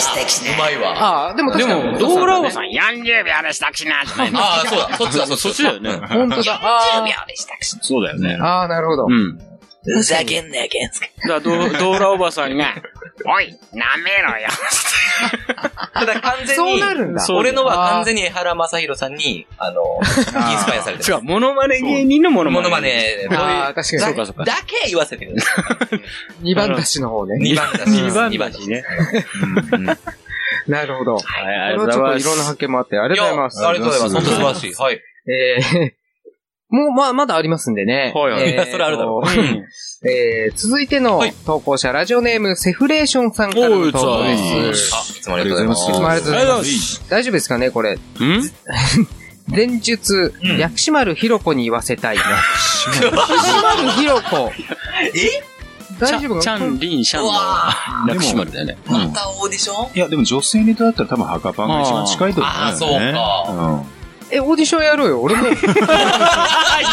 [SPEAKER 7] した。きしな
[SPEAKER 3] うまいわ。
[SPEAKER 6] あ、でも
[SPEAKER 5] で
[SPEAKER 6] 確かに
[SPEAKER 5] も、ドーラはさん、
[SPEAKER 3] ああ、そうだ、そっちだ、そっちだ。
[SPEAKER 5] そっちだよね。
[SPEAKER 6] 本当だ。あ
[SPEAKER 7] 秒でした。
[SPEAKER 5] そうだよね
[SPEAKER 6] ー。あー、なるほど。
[SPEAKER 5] うん。だか
[SPEAKER 7] ふざけんなよ、ケンスケ。
[SPEAKER 5] ら、 ドドーラおばさんが、
[SPEAKER 3] ただ完全
[SPEAKER 6] そう
[SPEAKER 3] に、
[SPEAKER 6] なるんだ。
[SPEAKER 5] そう
[SPEAKER 3] 俺のは完全に江原正宏さんに、あの、 インスパイアされて
[SPEAKER 5] 違
[SPEAKER 3] る。
[SPEAKER 5] う、モノマネ芸人のモノマ
[SPEAKER 3] も
[SPEAKER 5] ネ。
[SPEAKER 3] のま。ね、どういう
[SPEAKER 6] あー、確か
[SPEAKER 5] そ
[SPEAKER 6] に
[SPEAKER 5] う。か、そうか。
[SPEAKER 3] だけ言わせ てくださ
[SPEAKER 6] 2番出しの方
[SPEAKER 3] い。
[SPEAKER 6] ね。
[SPEAKER 3] 2番だし。
[SPEAKER 5] 2番
[SPEAKER 3] 二
[SPEAKER 5] だ
[SPEAKER 3] だ
[SPEAKER 5] しね。
[SPEAKER 6] なるほど。こ
[SPEAKER 5] はい、あ
[SPEAKER 6] れ
[SPEAKER 5] りが
[SPEAKER 6] はち
[SPEAKER 5] とう
[SPEAKER 6] ょ
[SPEAKER 5] ござ
[SPEAKER 6] っ
[SPEAKER 5] い
[SPEAKER 6] と
[SPEAKER 5] ます。
[SPEAKER 6] いろんな発見もあって、ありがとうございます。
[SPEAKER 3] やありがとうございます。本当素晴ら
[SPEAKER 4] い。
[SPEAKER 3] しい。はい。
[SPEAKER 6] えー、もう、まあ、まだありますんでね。
[SPEAKER 5] はいはい
[SPEAKER 6] えー
[SPEAKER 3] それあるだろ
[SPEAKER 6] とえー、続いての
[SPEAKER 3] はい
[SPEAKER 6] 投稿者、ラジオネーム、セフレーションさんからの投稿
[SPEAKER 5] お
[SPEAKER 6] で
[SPEAKER 5] ーいつは
[SPEAKER 6] す。
[SPEAKER 3] あ、いつもありがとうございます。
[SPEAKER 6] いつもありがとうございます。
[SPEAKER 4] す。
[SPEAKER 6] 大丈夫ですかね、これ。
[SPEAKER 5] うん
[SPEAKER 6] 前述、
[SPEAKER 3] うん
[SPEAKER 6] 薬師丸ひろ子に言わせたい。薬師丸ひろ子。え大丈夫
[SPEAKER 5] チャ
[SPEAKER 6] か
[SPEAKER 5] ン、リン、シャンの、薬師丸だよね。う
[SPEAKER 3] ま
[SPEAKER 5] ん
[SPEAKER 3] たオーディション
[SPEAKER 4] いや、でも女性ネタだったら多分墓パンが一番近いと思うよね。
[SPEAKER 3] あーそう
[SPEAKER 4] か。
[SPEAKER 6] え、オーディションやろうよ。俺も、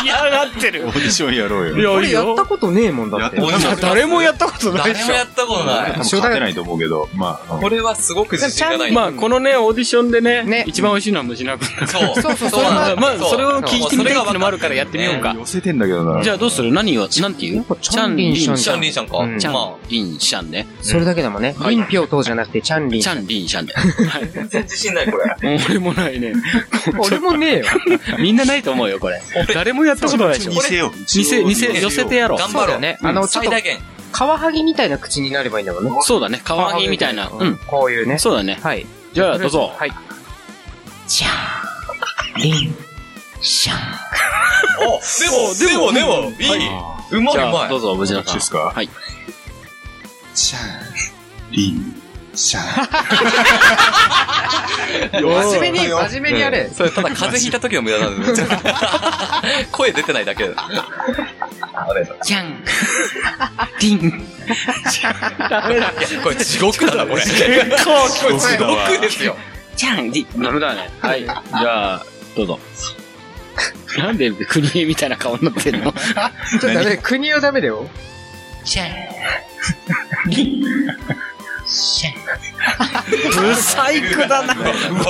[SPEAKER 5] 嫌がってる
[SPEAKER 4] オーディションやろう
[SPEAKER 5] い
[SPEAKER 4] よ。
[SPEAKER 5] や
[SPEAKER 6] 俺やったことねえもんだって。
[SPEAKER 4] やっ
[SPEAKER 5] いや誰もやったことないで
[SPEAKER 3] 誰
[SPEAKER 5] し
[SPEAKER 3] も
[SPEAKER 5] ょ。
[SPEAKER 3] やったことない。
[SPEAKER 4] 多分勝てないと思うけど、まあ、
[SPEAKER 3] これはすごく自信がない。
[SPEAKER 5] まあ、このね、オーディションでね、
[SPEAKER 6] ね
[SPEAKER 5] 一番美味しいのは虫なくん。
[SPEAKER 3] そう。
[SPEAKER 6] そうそう
[SPEAKER 3] そうなんだ
[SPEAKER 5] まあ、それを聞いてみたいってのもあるからやってみよう
[SPEAKER 3] そ
[SPEAKER 5] か。
[SPEAKER 4] 寄せてんだけどな。
[SPEAKER 5] じゃあどうする何を、なんていう
[SPEAKER 6] チャンリンシャン
[SPEAKER 3] シャンリンシャンか。
[SPEAKER 6] うん
[SPEAKER 5] チャ
[SPEAKER 3] ま
[SPEAKER 5] ンリンシャンね。
[SPEAKER 6] それだけでもね、
[SPEAKER 5] はい
[SPEAKER 6] 林票等じゃなくてチャンリン
[SPEAKER 5] チ。ャンリンシャンね。
[SPEAKER 3] あ、全然自信ない、これ。
[SPEAKER 5] 俺もないね。
[SPEAKER 6] 俺もねえよ。
[SPEAKER 5] みんなないと思うよ、これ。 誰もやったことないでしょ。
[SPEAKER 4] 偽よ。
[SPEAKER 5] 偽、偽、寄せてやろう。
[SPEAKER 3] 頑張ろう。ね。
[SPEAKER 6] あの、ちょ
[SPEAKER 3] 最
[SPEAKER 6] っと、
[SPEAKER 3] 大限。
[SPEAKER 6] カワハギみたいな口になればいいんだもんね。
[SPEAKER 5] そうだね。カワハギみたいな。
[SPEAKER 6] カワハ
[SPEAKER 5] う
[SPEAKER 6] ギみ
[SPEAKER 5] ん。
[SPEAKER 6] たいなこういうね。
[SPEAKER 5] そうだね。
[SPEAKER 6] はい。
[SPEAKER 5] じゃあ、どうぞ。
[SPEAKER 6] はい。
[SPEAKER 3] おでも、でも、でも、いい。うま
[SPEAKER 5] じ
[SPEAKER 3] い、う
[SPEAKER 5] ゃ
[SPEAKER 3] ま
[SPEAKER 5] あ、どう
[SPEAKER 3] い。
[SPEAKER 5] ぞ、無事な
[SPEAKER 4] 私
[SPEAKER 5] さん
[SPEAKER 4] で。すか
[SPEAKER 5] はい。
[SPEAKER 4] シャン、リン、シャン。
[SPEAKER 6] 真面目に、真面目にやれ。
[SPEAKER 3] それ、ただ風邪ひいた時の無駄なんで。声出てないだけだ。
[SPEAKER 5] キャン。リン。
[SPEAKER 3] いや、これ地獄だな、これ。地
[SPEAKER 4] 地
[SPEAKER 3] 獄ですよ。
[SPEAKER 5] キャン。リン。ダメだね。はい。じゃあ、どうぞ。なんで、国枝みたいな顔になってんの
[SPEAKER 6] ちょっとダメ、国はダメだよ。
[SPEAKER 5] ブサイクだな。
[SPEAKER 4] うわ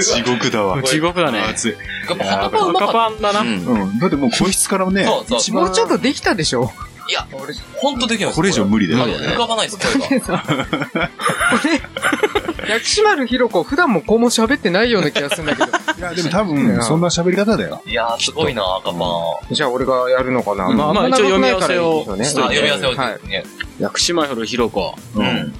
[SPEAKER 4] 地獄だわ。
[SPEAKER 5] 地獄だね。
[SPEAKER 4] 熱い。
[SPEAKER 3] やっぱ
[SPEAKER 5] 赤パンだな。
[SPEAKER 3] うん
[SPEAKER 4] うん。だってもう個室からね、
[SPEAKER 3] そうそう
[SPEAKER 4] 一
[SPEAKER 6] も
[SPEAKER 4] 番
[SPEAKER 6] うちょっとできたでしょ
[SPEAKER 3] いや、本当できないです
[SPEAKER 4] これ以上無理だよ。
[SPEAKER 3] 浮かばないです、声が。
[SPEAKER 6] 薬師丸ひろ子、普段もこうも喋ってないような気がするんだけ ど。
[SPEAKER 4] いや、でも多分、そんな喋り方だよ。
[SPEAKER 3] いやー、すごいな、赤パン。
[SPEAKER 6] じゃあ俺がやるのかな。
[SPEAKER 5] まあまあ
[SPEAKER 6] んなことないから
[SPEAKER 5] 一応読み合わせを
[SPEAKER 6] いいで
[SPEAKER 5] し
[SPEAKER 6] す
[SPEAKER 5] と
[SPEAKER 6] よ
[SPEAKER 3] あ、
[SPEAKER 6] ね
[SPEAKER 3] 呼び合わせを。
[SPEAKER 6] はい。
[SPEAKER 3] ね
[SPEAKER 5] 薬師丸ひろひろ子。
[SPEAKER 4] うん。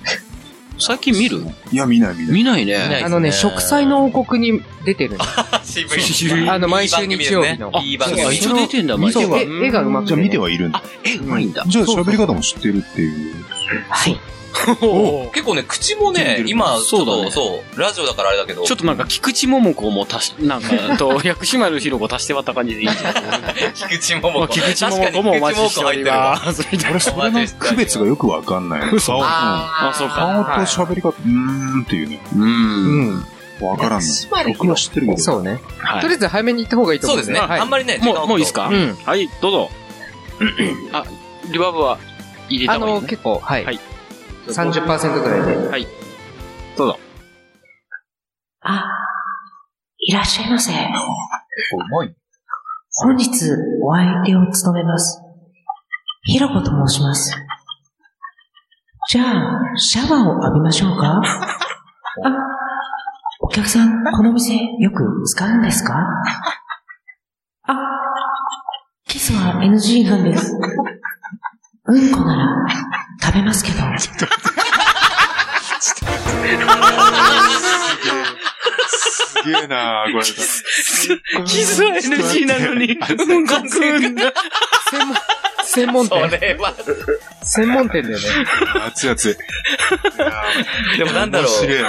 [SPEAKER 5] 最近見る
[SPEAKER 4] いや、見ない見ない。
[SPEAKER 5] 見ない
[SPEAKER 3] 見ない
[SPEAKER 5] ね。
[SPEAKER 6] あのね、植栽の王国に出てるの。
[SPEAKER 3] 渋
[SPEAKER 5] い
[SPEAKER 3] い。
[SPEAKER 6] あの、毎週日曜日の。
[SPEAKER 5] あ
[SPEAKER 3] いい番組
[SPEAKER 5] そうか
[SPEAKER 3] です
[SPEAKER 5] 一応出てんだ、
[SPEAKER 4] 見て
[SPEAKER 5] 毎
[SPEAKER 4] は
[SPEAKER 5] 週
[SPEAKER 6] そう絵絵がうまく
[SPEAKER 4] じ
[SPEAKER 6] て
[SPEAKER 4] ゃあ
[SPEAKER 6] ね
[SPEAKER 4] 見てはいるんだ。
[SPEAKER 5] え、うまいんだ。
[SPEAKER 4] じゃあ喋り方も知ってるっていう。
[SPEAKER 5] はい。
[SPEAKER 3] 結構ね、口もね、今、
[SPEAKER 5] そうだね
[SPEAKER 3] ちょっとそう、ラジオだからあれだけど、
[SPEAKER 5] ちょっとなんか、菊池桃子も足し、なんか、 と、薬師丸ひろ子足して割った感じでいいんじゃない
[SPEAKER 3] 菊池桃
[SPEAKER 5] ま
[SPEAKER 3] 子。
[SPEAKER 5] あ菊池桃 子もお待ちしており ます。みたいな
[SPEAKER 4] 俺、それの区別がよくわかんない。
[SPEAKER 5] 嘘
[SPEAKER 4] 顔うん
[SPEAKER 5] あ、そうか。
[SPEAKER 4] 顔と喋り方、うーんっていうね。
[SPEAKER 5] うん。
[SPEAKER 6] うん。
[SPEAKER 4] わからんの。僕は知ってるけど。
[SPEAKER 6] そうね。
[SPEAKER 5] は
[SPEAKER 6] とりあえず早めに行った方がいいと
[SPEAKER 3] そう
[SPEAKER 6] 思う
[SPEAKER 3] で
[SPEAKER 6] ん
[SPEAKER 3] すね。あんまりね、
[SPEAKER 5] い。もう、もういいです
[SPEAKER 3] か
[SPEAKER 5] か
[SPEAKER 6] うん。
[SPEAKER 5] はい、どうぞ。あ、リバーブは入れ
[SPEAKER 6] あ
[SPEAKER 5] た方がい
[SPEAKER 6] の、
[SPEAKER 5] いね。
[SPEAKER 6] 結構、はい。
[SPEAKER 5] はい
[SPEAKER 6] 30%ぐら いで。
[SPEAKER 8] いらっしゃいませ。
[SPEAKER 3] うまい。
[SPEAKER 8] 本日お相手を務めます。ひろこと申します。じゃあ、シャワーを浴びましょうかあ、お客さん、この店よく使うんですかあ、キスは NG なんです。うんこなら食べますけど。
[SPEAKER 4] すげえなこれ。
[SPEAKER 5] キスは NG なのに、うんこくんだ。
[SPEAKER 6] 専門、専門
[SPEAKER 3] そ
[SPEAKER 6] 店。
[SPEAKER 3] れは、
[SPEAKER 6] 専門店だよね。
[SPEAKER 4] 熱い熱い。
[SPEAKER 3] でもなんだろ
[SPEAKER 4] 面白
[SPEAKER 3] う。
[SPEAKER 4] い
[SPEAKER 3] な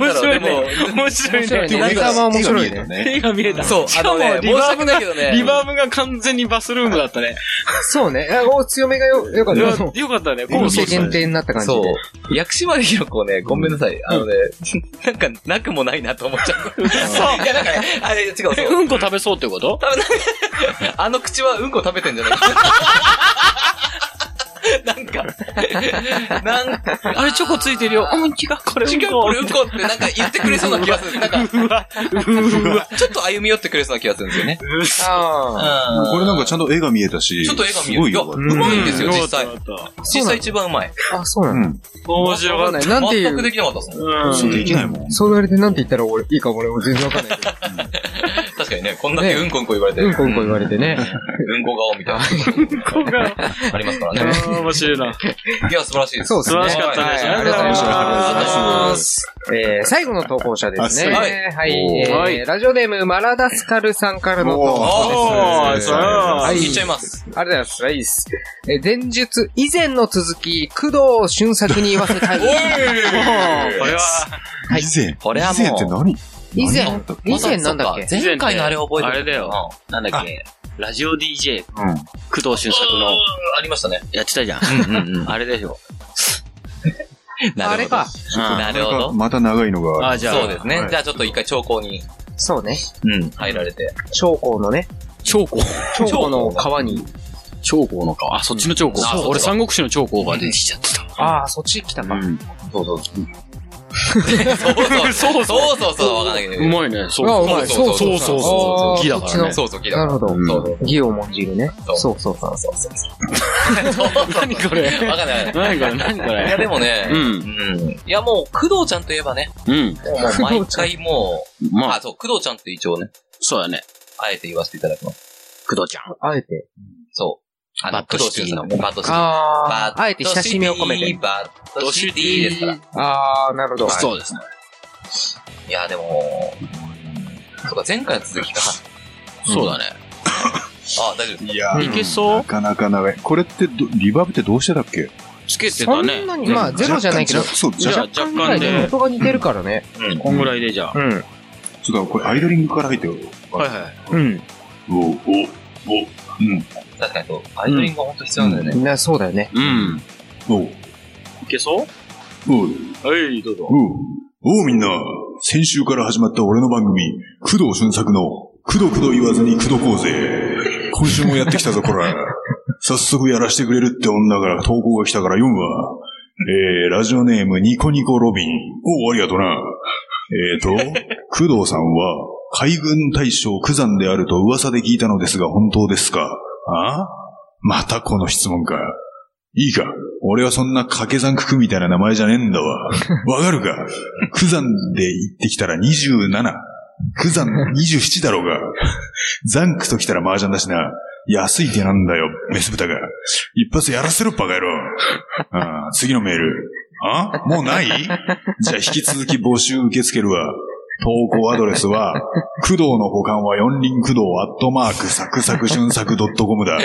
[SPEAKER 5] 面
[SPEAKER 3] だ
[SPEAKER 5] 白
[SPEAKER 3] ろう、
[SPEAKER 5] いね。
[SPEAKER 3] でも、
[SPEAKER 5] 面白い
[SPEAKER 6] 面白い
[SPEAKER 5] ね。
[SPEAKER 6] ね。ネタは面白い
[SPEAKER 4] 手が
[SPEAKER 6] ね。
[SPEAKER 4] 見えたね
[SPEAKER 5] 手が見えた。
[SPEAKER 3] そう、
[SPEAKER 5] し
[SPEAKER 3] あ
[SPEAKER 5] か
[SPEAKER 3] の
[SPEAKER 5] も
[SPEAKER 3] ね、申
[SPEAKER 5] リ
[SPEAKER 3] し
[SPEAKER 5] バー
[SPEAKER 3] 訳ないけどね。
[SPEAKER 5] ブ、リバーブが完全にバスルームだったね。
[SPEAKER 6] そうね。あお、強めがよ、よかっ
[SPEAKER 5] い
[SPEAKER 6] た
[SPEAKER 5] や
[SPEAKER 6] そう。
[SPEAKER 5] よかったね。
[SPEAKER 6] お
[SPEAKER 5] もうそ
[SPEAKER 6] 店
[SPEAKER 5] うした
[SPEAKER 6] 限
[SPEAKER 5] ね。
[SPEAKER 6] 定になった感じ
[SPEAKER 3] そ
[SPEAKER 6] で。
[SPEAKER 3] う。薬師丸ひろ子ね、ごめんなさい。あのね、 なんか、なくもないなと思っちゃう。そう。いや、なんかね、あれ、違う、そう。
[SPEAKER 5] え、 うんこ食べそうってこと
[SPEAKER 3] 多分なんかあの口はうんこ食べてんじゃないなんか、なんか、
[SPEAKER 5] あれチョコついてるよ。うん、違う、これうん
[SPEAKER 3] 違う、
[SPEAKER 5] こ
[SPEAKER 3] これうんこってなんか言ってくれそうな気がする。なんか、
[SPEAKER 5] うわ、うわ。
[SPEAKER 3] ちょっと歩み寄ってくれそうな気がするんですよね。
[SPEAKER 6] あ
[SPEAKER 4] これなんかちゃんと絵が見えたし。
[SPEAKER 3] ちょっと絵が見える
[SPEAKER 4] すごいよ。
[SPEAKER 3] うまいんですよ、
[SPEAKER 5] う
[SPEAKER 3] 実際
[SPEAKER 5] よ。かったよかっ
[SPEAKER 3] 実際一番うまい。
[SPEAKER 6] あ。あ、そうな
[SPEAKER 4] う
[SPEAKER 6] の
[SPEAKER 4] ん。
[SPEAKER 5] た面白かっ
[SPEAKER 6] わかんないなんてい
[SPEAKER 3] 全くで
[SPEAKER 6] う。
[SPEAKER 3] きなかったですもん。
[SPEAKER 5] た。
[SPEAKER 4] そううんできないもん。
[SPEAKER 6] そう言われてなんて言ったら俺、いいかも俺も全然わかんないけど。
[SPEAKER 3] 確かにね、こんだけうんこうんこ言われて、
[SPEAKER 6] うんこうんこ言われてね。
[SPEAKER 3] うんこ顔みたいな。
[SPEAKER 5] ここが、
[SPEAKER 3] ありますからね。
[SPEAKER 5] あー面白いな。
[SPEAKER 3] いや、素晴らしいです。
[SPEAKER 6] そうです
[SPEAKER 5] 素晴
[SPEAKER 6] ね
[SPEAKER 5] らしかったです。
[SPEAKER 6] はいありがとうござい
[SPEAKER 5] ありがとうござい
[SPEAKER 6] ま
[SPEAKER 5] ます。
[SPEAKER 6] えー、最後の投稿者ですね。
[SPEAKER 3] あそう
[SPEAKER 6] はい。はい
[SPEAKER 5] はい
[SPEAKER 6] えー、ラジオネーム、マラダスカルさんからの投稿で
[SPEAKER 5] お
[SPEAKER 6] す。
[SPEAKER 3] お
[SPEAKER 5] ー、
[SPEAKER 3] ー
[SPEAKER 5] そう。
[SPEAKER 6] はい
[SPEAKER 3] 言っちゃいます。
[SPEAKER 6] ありがとうございます。ライス。えー、前述以前の続き、工藤俊作に言わせたい。
[SPEAKER 5] これは、
[SPEAKER 4] 以前。
[SPEAKER 3] これはもう
[SPEAKER 4] 以前って何
[SPEAKER 6] 以前
[SPEAKER 4] 何だっ、け
[SPEAKER 6] 以前なんだっけ
[SPEAKER 3] そうか前回のあれ覚えて
[SPEAKER 5] あれだよ。なんだっけ、ラジオ DJ、
[SPEAKER 4] うん。
[SPEAKER 5] 工藤俊作の、
[SPEAKER 3] ありましたね。
[SPEAKER 5] やってたじゃん。
[SPEAKER 3] うんうんうん。
[SPEAKER 5] あれでしょ。
[SPEAKER 3] な
[SPEAKER 6] あ
[SPEAKER 3] る
[SPEAKER 6] れ
[SPEAKER 3] ほど
[SPEAKER 6] か。。
[SPEAKER 3] なるほど。
[SPEAKER 2] また長いのが。
[SPEAKER 5] あ、じゃあ、
[SPEAKER 3] そうですね。
[SPEAKER 2] はい
[SPEAKER 3] じゃあちょっと一回兆候に、
[SPEAKER 6] そうね。
[SPEAKER 3] うん、入られて。
[SPEAKER 6] 長江のね。
[SPEAKER 5] 長江。
[SPEAKER 6] 長江の川に。
[SPEAKER 5] 長江のか。あ、そっちの長江
[SPEAKER 3] そう。
[SPEAKER 5] 俺、三国志の長江が出てきちゃってた。
[SPEAKER 6] ああ、そっち来たか。
[SPEAKER 2] うん
[SPEAKER 3] そうそう。そうそう。そうそうそう。わかんないけど。
[SPEAKER 5] うまいね。そう
[SPEAKER 6] あう
[SPEAKER 5] そ
[SPEAKER 6] ま
[SPEAKER 5] う
[SPEAKER 6] い
[SPEAKER 5] そうそうそう
[SPEAKER 3] そ
[SPEAKER 5] う
[SPEAKER 3] そう
[SPEAKER 6] そう
[SPEAKER 5] そう。ギだからね。
[SPEAKER 3] そうそう、聞いた
[SPEAKER 6] なるほど。
[SPEAKER 2] うん
[SPEAKER 3] そう
[SPEAKER 6] 義をもんじるね。
[SPEAKER 3] そう
[SPEAKER 6] そうそうそう。
[SPEAKER 5] 何これ
[SPEAKER 3] そう。わかんない。
[SPEAKER 5] 何これ何こ
[SPEAKER 3] いや、
[SPEAKER 5] れ
[SPEAKER 3] でもね、
[SPEAKER 5] う。
[SPEAKER 3] うんん。いや、もう、工藤ちゃんといえばね、
[SPEAKER 5] うん。
[SPEAKER 3] もう毎回もう、
[SPEAKER 5] ま
[SPEAKER 3] あ、
[SPEAKER 5] あ、
[SPEAKER 3] そう、工藤ちゃんって一応ね、
[SPEAKER 5] そうだね。
[SPEAKER 3] あえて言わせていただきます。
[SPEAKER 5] 工藤ちゃん。
[SPEAKER 6] あえて。
[SPEAKER 3] そう。あの
[SPEAKER 5] バッドシティの
[SPEAKER 3] 工藤静香バッドシティ。
[SPEAKER 6] あ
[SPEAKER 3] バッ
[SPEAKER 6] あ、あえて親しみを込め
[SPEAKER 3] ドシテ
[SPEAKER 6] て。
[SPEAKER 3] ィバッドシティですから。
[SPEAKER 6] ああ、なるほど。
[SPEAKER 5] そうですね。
[SPEAKER 3] いや、でも、そうか、前回の続きか。
[SPEAKER 5] そうだね。
[SPEAKER 3] あ、大丈夫です。
[SPEAKER 2] いや
[SPEAKER 5] いけそう
[SPEAKER 2] なかなか長い。これってど、リバーブってどうしてだっけ
[SPEAKER 5] つけて
[SPEAKER 6] そ
[SPEAKER 5] た
[SPEAKER 6] ん
[SPEAKER 5] ね。
[SPEAKER 6] なに、まあ、ゼロじゃないけど
[SPEAKER 2] 若、干そう、
[SPEAKER 5] じ
[SPEAKER 2] じ
[SPEAKER 5] ゃ
[SPEAKER 2] ゃ
[SPEAKER 5] あ
[SPEAKER 2] あ、
[SPEAKER 6] 若干ぐらい
[SPEAKER 5] 若干
[SPEAKER 6] で
[SPEAKER 5] ね
[SPEAKER 6] 音が似てるからね。
[SPEAKER 5] こんぐらいでじゃあ。
[SPEAKER 6] うん。
[SPEAKER 2] ちょっとこれアイドリングから入ってよ。
[SPEAKER 5] はいはい。
[SPEAKER 6] うん。
[SPEAKER 2] お、お、お、うん、
[SPEAKER 3] 確かにそう。アイドリングは本当必要なんだよね。
[SPEAKER 6] な、そうだよね。
[SPEAKER 5] うん。
[SPEAKER 2] お、
[SPEAKER 5] いけそう
[SPEAKER 2] お、
[SPEAKER 5] はい、どうぞ。
[SPEAKER 2] おう、おうみんな、先週から始まった俺の番組、工藤俊作の、くどくど言わずにくどこうぜ。今週もやってきたぞ、こら。早速やらしてくれるって女から投稿が来たから読むわ。えー、ラジオネームニコニコロビン。おう、ありがとな。えーと、工藤さんは、海軍大将九山であると噂で聞いたのですが、本当ですかあまたこの質問か。いいか。俺はそんな掛け算九九みたいな名前じゃねえんだわ。 わかるか九山で行ってきたら27。九山27だろうが。残九ときたら麻雀だしな。安い手なんだよ、メス豚が。一発やらせろ、バカ野郎。ああ次のメール。あもうないじゃあ引き続き募集受け付けるわ。投稿アドレスは、工藤の保管は四輪工藤アットマークサクサク俊作 .com だ。もう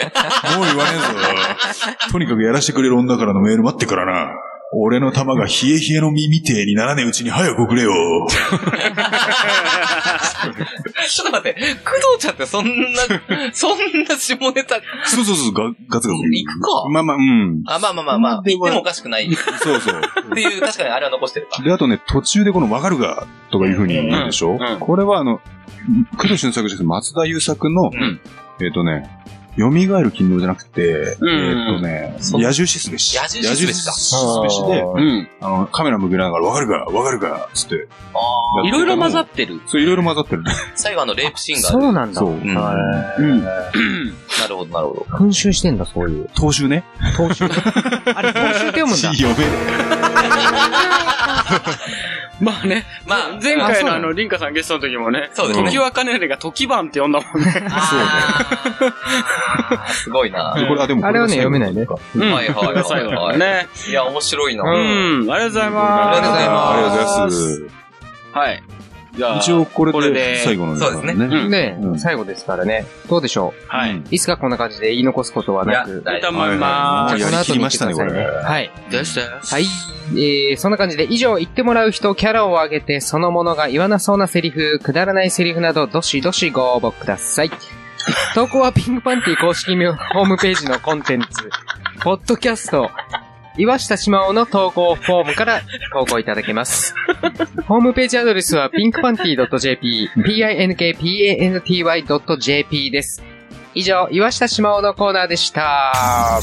[SPEAKER 2] 言わねえぞ。とにかくやらしてくれる女からのメール待ってからな。俺の玉が冷え冷えの身みてえにならねえうちに早く送れよ。
[SPEAKER 3] ちょっと待って、工藤ちゃんってそんな、そんな下ネタ、
[SPEAKER 2] そうそうそう、ガガツガツ。
[SPEAKER 3] 行くか
[SPEAKER 2] まあまあ、うん。
[SPEAKER 3] あ、まあまあまあまあ、言ってもおかしくない。っ
[SPEAKER 2] そうそう。
[SPEAKER 3] ていう、確かにあれは残してるか。
[SPEAKER 2] で、あとね、途中でこのわかるが、とかいう風に言うでしょ、
[SPEAKER 5] うんうん
[SPEAKER 2] これはあの、工藤俊作です。松田優作の、
[SPEAKER 3] ん
[SPEAKER 2] えっ、とね、蘇る勤労じゃなくて、
[SPEAKER 5] うん
[SPEAKER 2] えっ、とね、
[SPEAKER 3] そう
[SPEAKER 2] 野獣シスベシ。
[SPEAKER 3] 野獣シスベシだ
[SPEAKER 2] 野獣シスベシで、
[SPEAKER 5] うん。
[SPEAKER 2] あの、カメラ向けながら、わかるか、わかるか、つって。あ
[SPEAKER 5] いろいろ混ざってる。
[SPEAKER 2] そう、いろいろ混ざってるね。
[SPEAKER 3] 最後あの、レイプシーンがあ
[SPEAKER 6] そ
[SPEAKER 3] る。
[SPEAKER 6] うなんだ。
[SPEAKER 2] そう。
[SPEAKER 3] うん。な
[SPEAKER 5] うん。
[SPEAKER 3] るほど、なるほど。
[SPEAKER 6] 噴集してんだ、そういう。
[SPEAKER 2] 踏襲ね。
[SPEAKER 6] あれ、噴集って読むん だ。
[SPEAKER 2] 呼べ。
[SPEAKER 5] まあね。
[SPEAKER 3] まあ
[SPEAKER 5] まあ、前回のあの、リンカさんゲストの時もね。
[SPEAKER 3] そうですね
[SPEAKER 5] 時はかねねが時番って呼んだもんね。
[SPEAKER 3] そうね。すごいな。は
[SPEAKER 2] でこれ、あ、でもこ。
[SPEAKER 6] あれはね、読めないいね。
[SPEAKER 5] うん
[SPEAKER 3] いはい はい
[SPEAKER 5] 最後
[SPEAKER 3] は
[SPEAKER 5] の
[SPEAKER 3] い。
[SPEAKER 5] ね。
[SPEAKER 3] いや、面白い
[SPEAKER 5] う
[SPEAKER 3] な。うん
[SPEAKER 5] ん。ありがとうございます。
[SPEAKER 3] ありがとうございます
[SPEAKER 2] ありがとうございます。
[SPEAKER 5] す。はい。じゃあ、
[SPEAKER 2] 一応これ
[SPEAKER 5] これ
[SPEAKER 2] で
[SPEAKER 5] で
[SPEAKER 2] 最後なんですから
[SPEAKER 3] そう
[SPEAKER 5] ですね
[SPEAKER 2] ね。
[SPEAKER 6] ね
[SPEAKER 2] うん
[SPEAKER 6] 最後ですからね。どうでしょ
[SPEAKER 5] は
[SPEAKER 2] う
[SPEAKER 5] い。
[SPEAKER 2] ん
[SPEAKER 6] ういつかこんな感じで言い残すことはなく。
[SPEAKER 5] いいと思いま
[SPEAKER 2] はいはい
[SPEAKER 5] す。
[SPEAKER 2] やりきりましたね
[SPEAKER 6] その後に言ってくださいねはい。
[SPEAKER 5] です
[SPEAKER 6] はい。えー、そんな感じで以上言ってもらう人、キャラを上げて、そのものが言わなそうなセリフ、くだらないセリフなど、どしどしご応募ください。投稿はピンクパンティ公式ホームページのコンテンツ、ポッドキャスト、岩下島尾の投稿フォームから投稿いただけます。ホームページアドレスは pinkpanty.jp、pinkpanty.jp です。以上、岩下島尾のコーナーでした。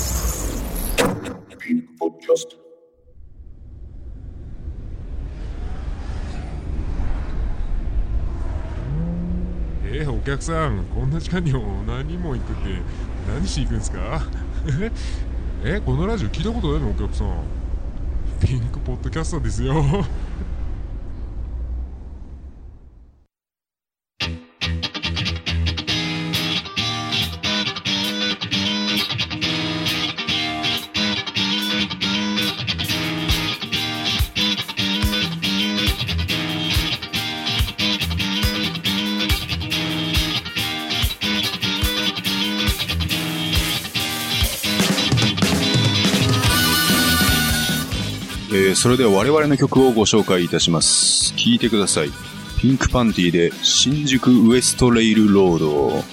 [SPEAKER 9] えーお客さんこんな時間に何も行くって何しに行くんですか えこのラジオ聞いたことないのお客さんピンクポッドキャストですよ
[SPEAKER 2] えーそれでは我々の曲をご紹介いたします。聴いてください。ピンクパンティで新宿ウエストレイルロード。
[SPEAKER 9] 「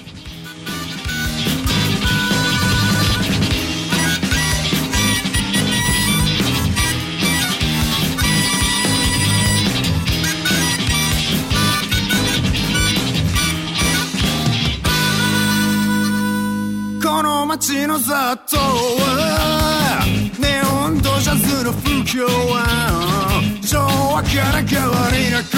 [SPEAKER 4] この街の雑踏はネオンとジャズの不況は昭和から変わりなく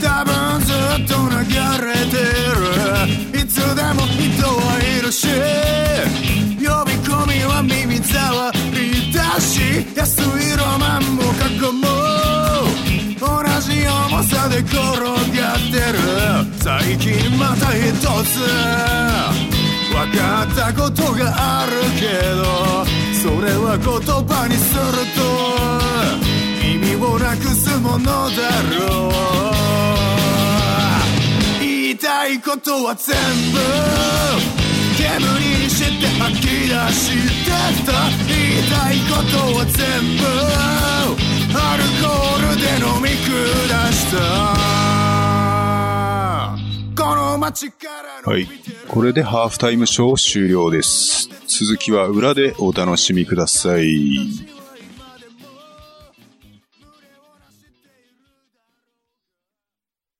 [SPEAKER 4] 多分ずっと流れてるいつでも人はいるし呼び込みは耳障りだし安いロマンも過去も同じ重さで転がってる最近また一つ分かったことがあるけどそれは言葉にすると意味をなくすものだろう言いたいことは全部煙にして吐き出してた言いたいことは全部アルコールで飲み下したこの街からの
[SPEAKER 2] はい。これでハーフタイムショー終了です。続きは裏でお楽しみください。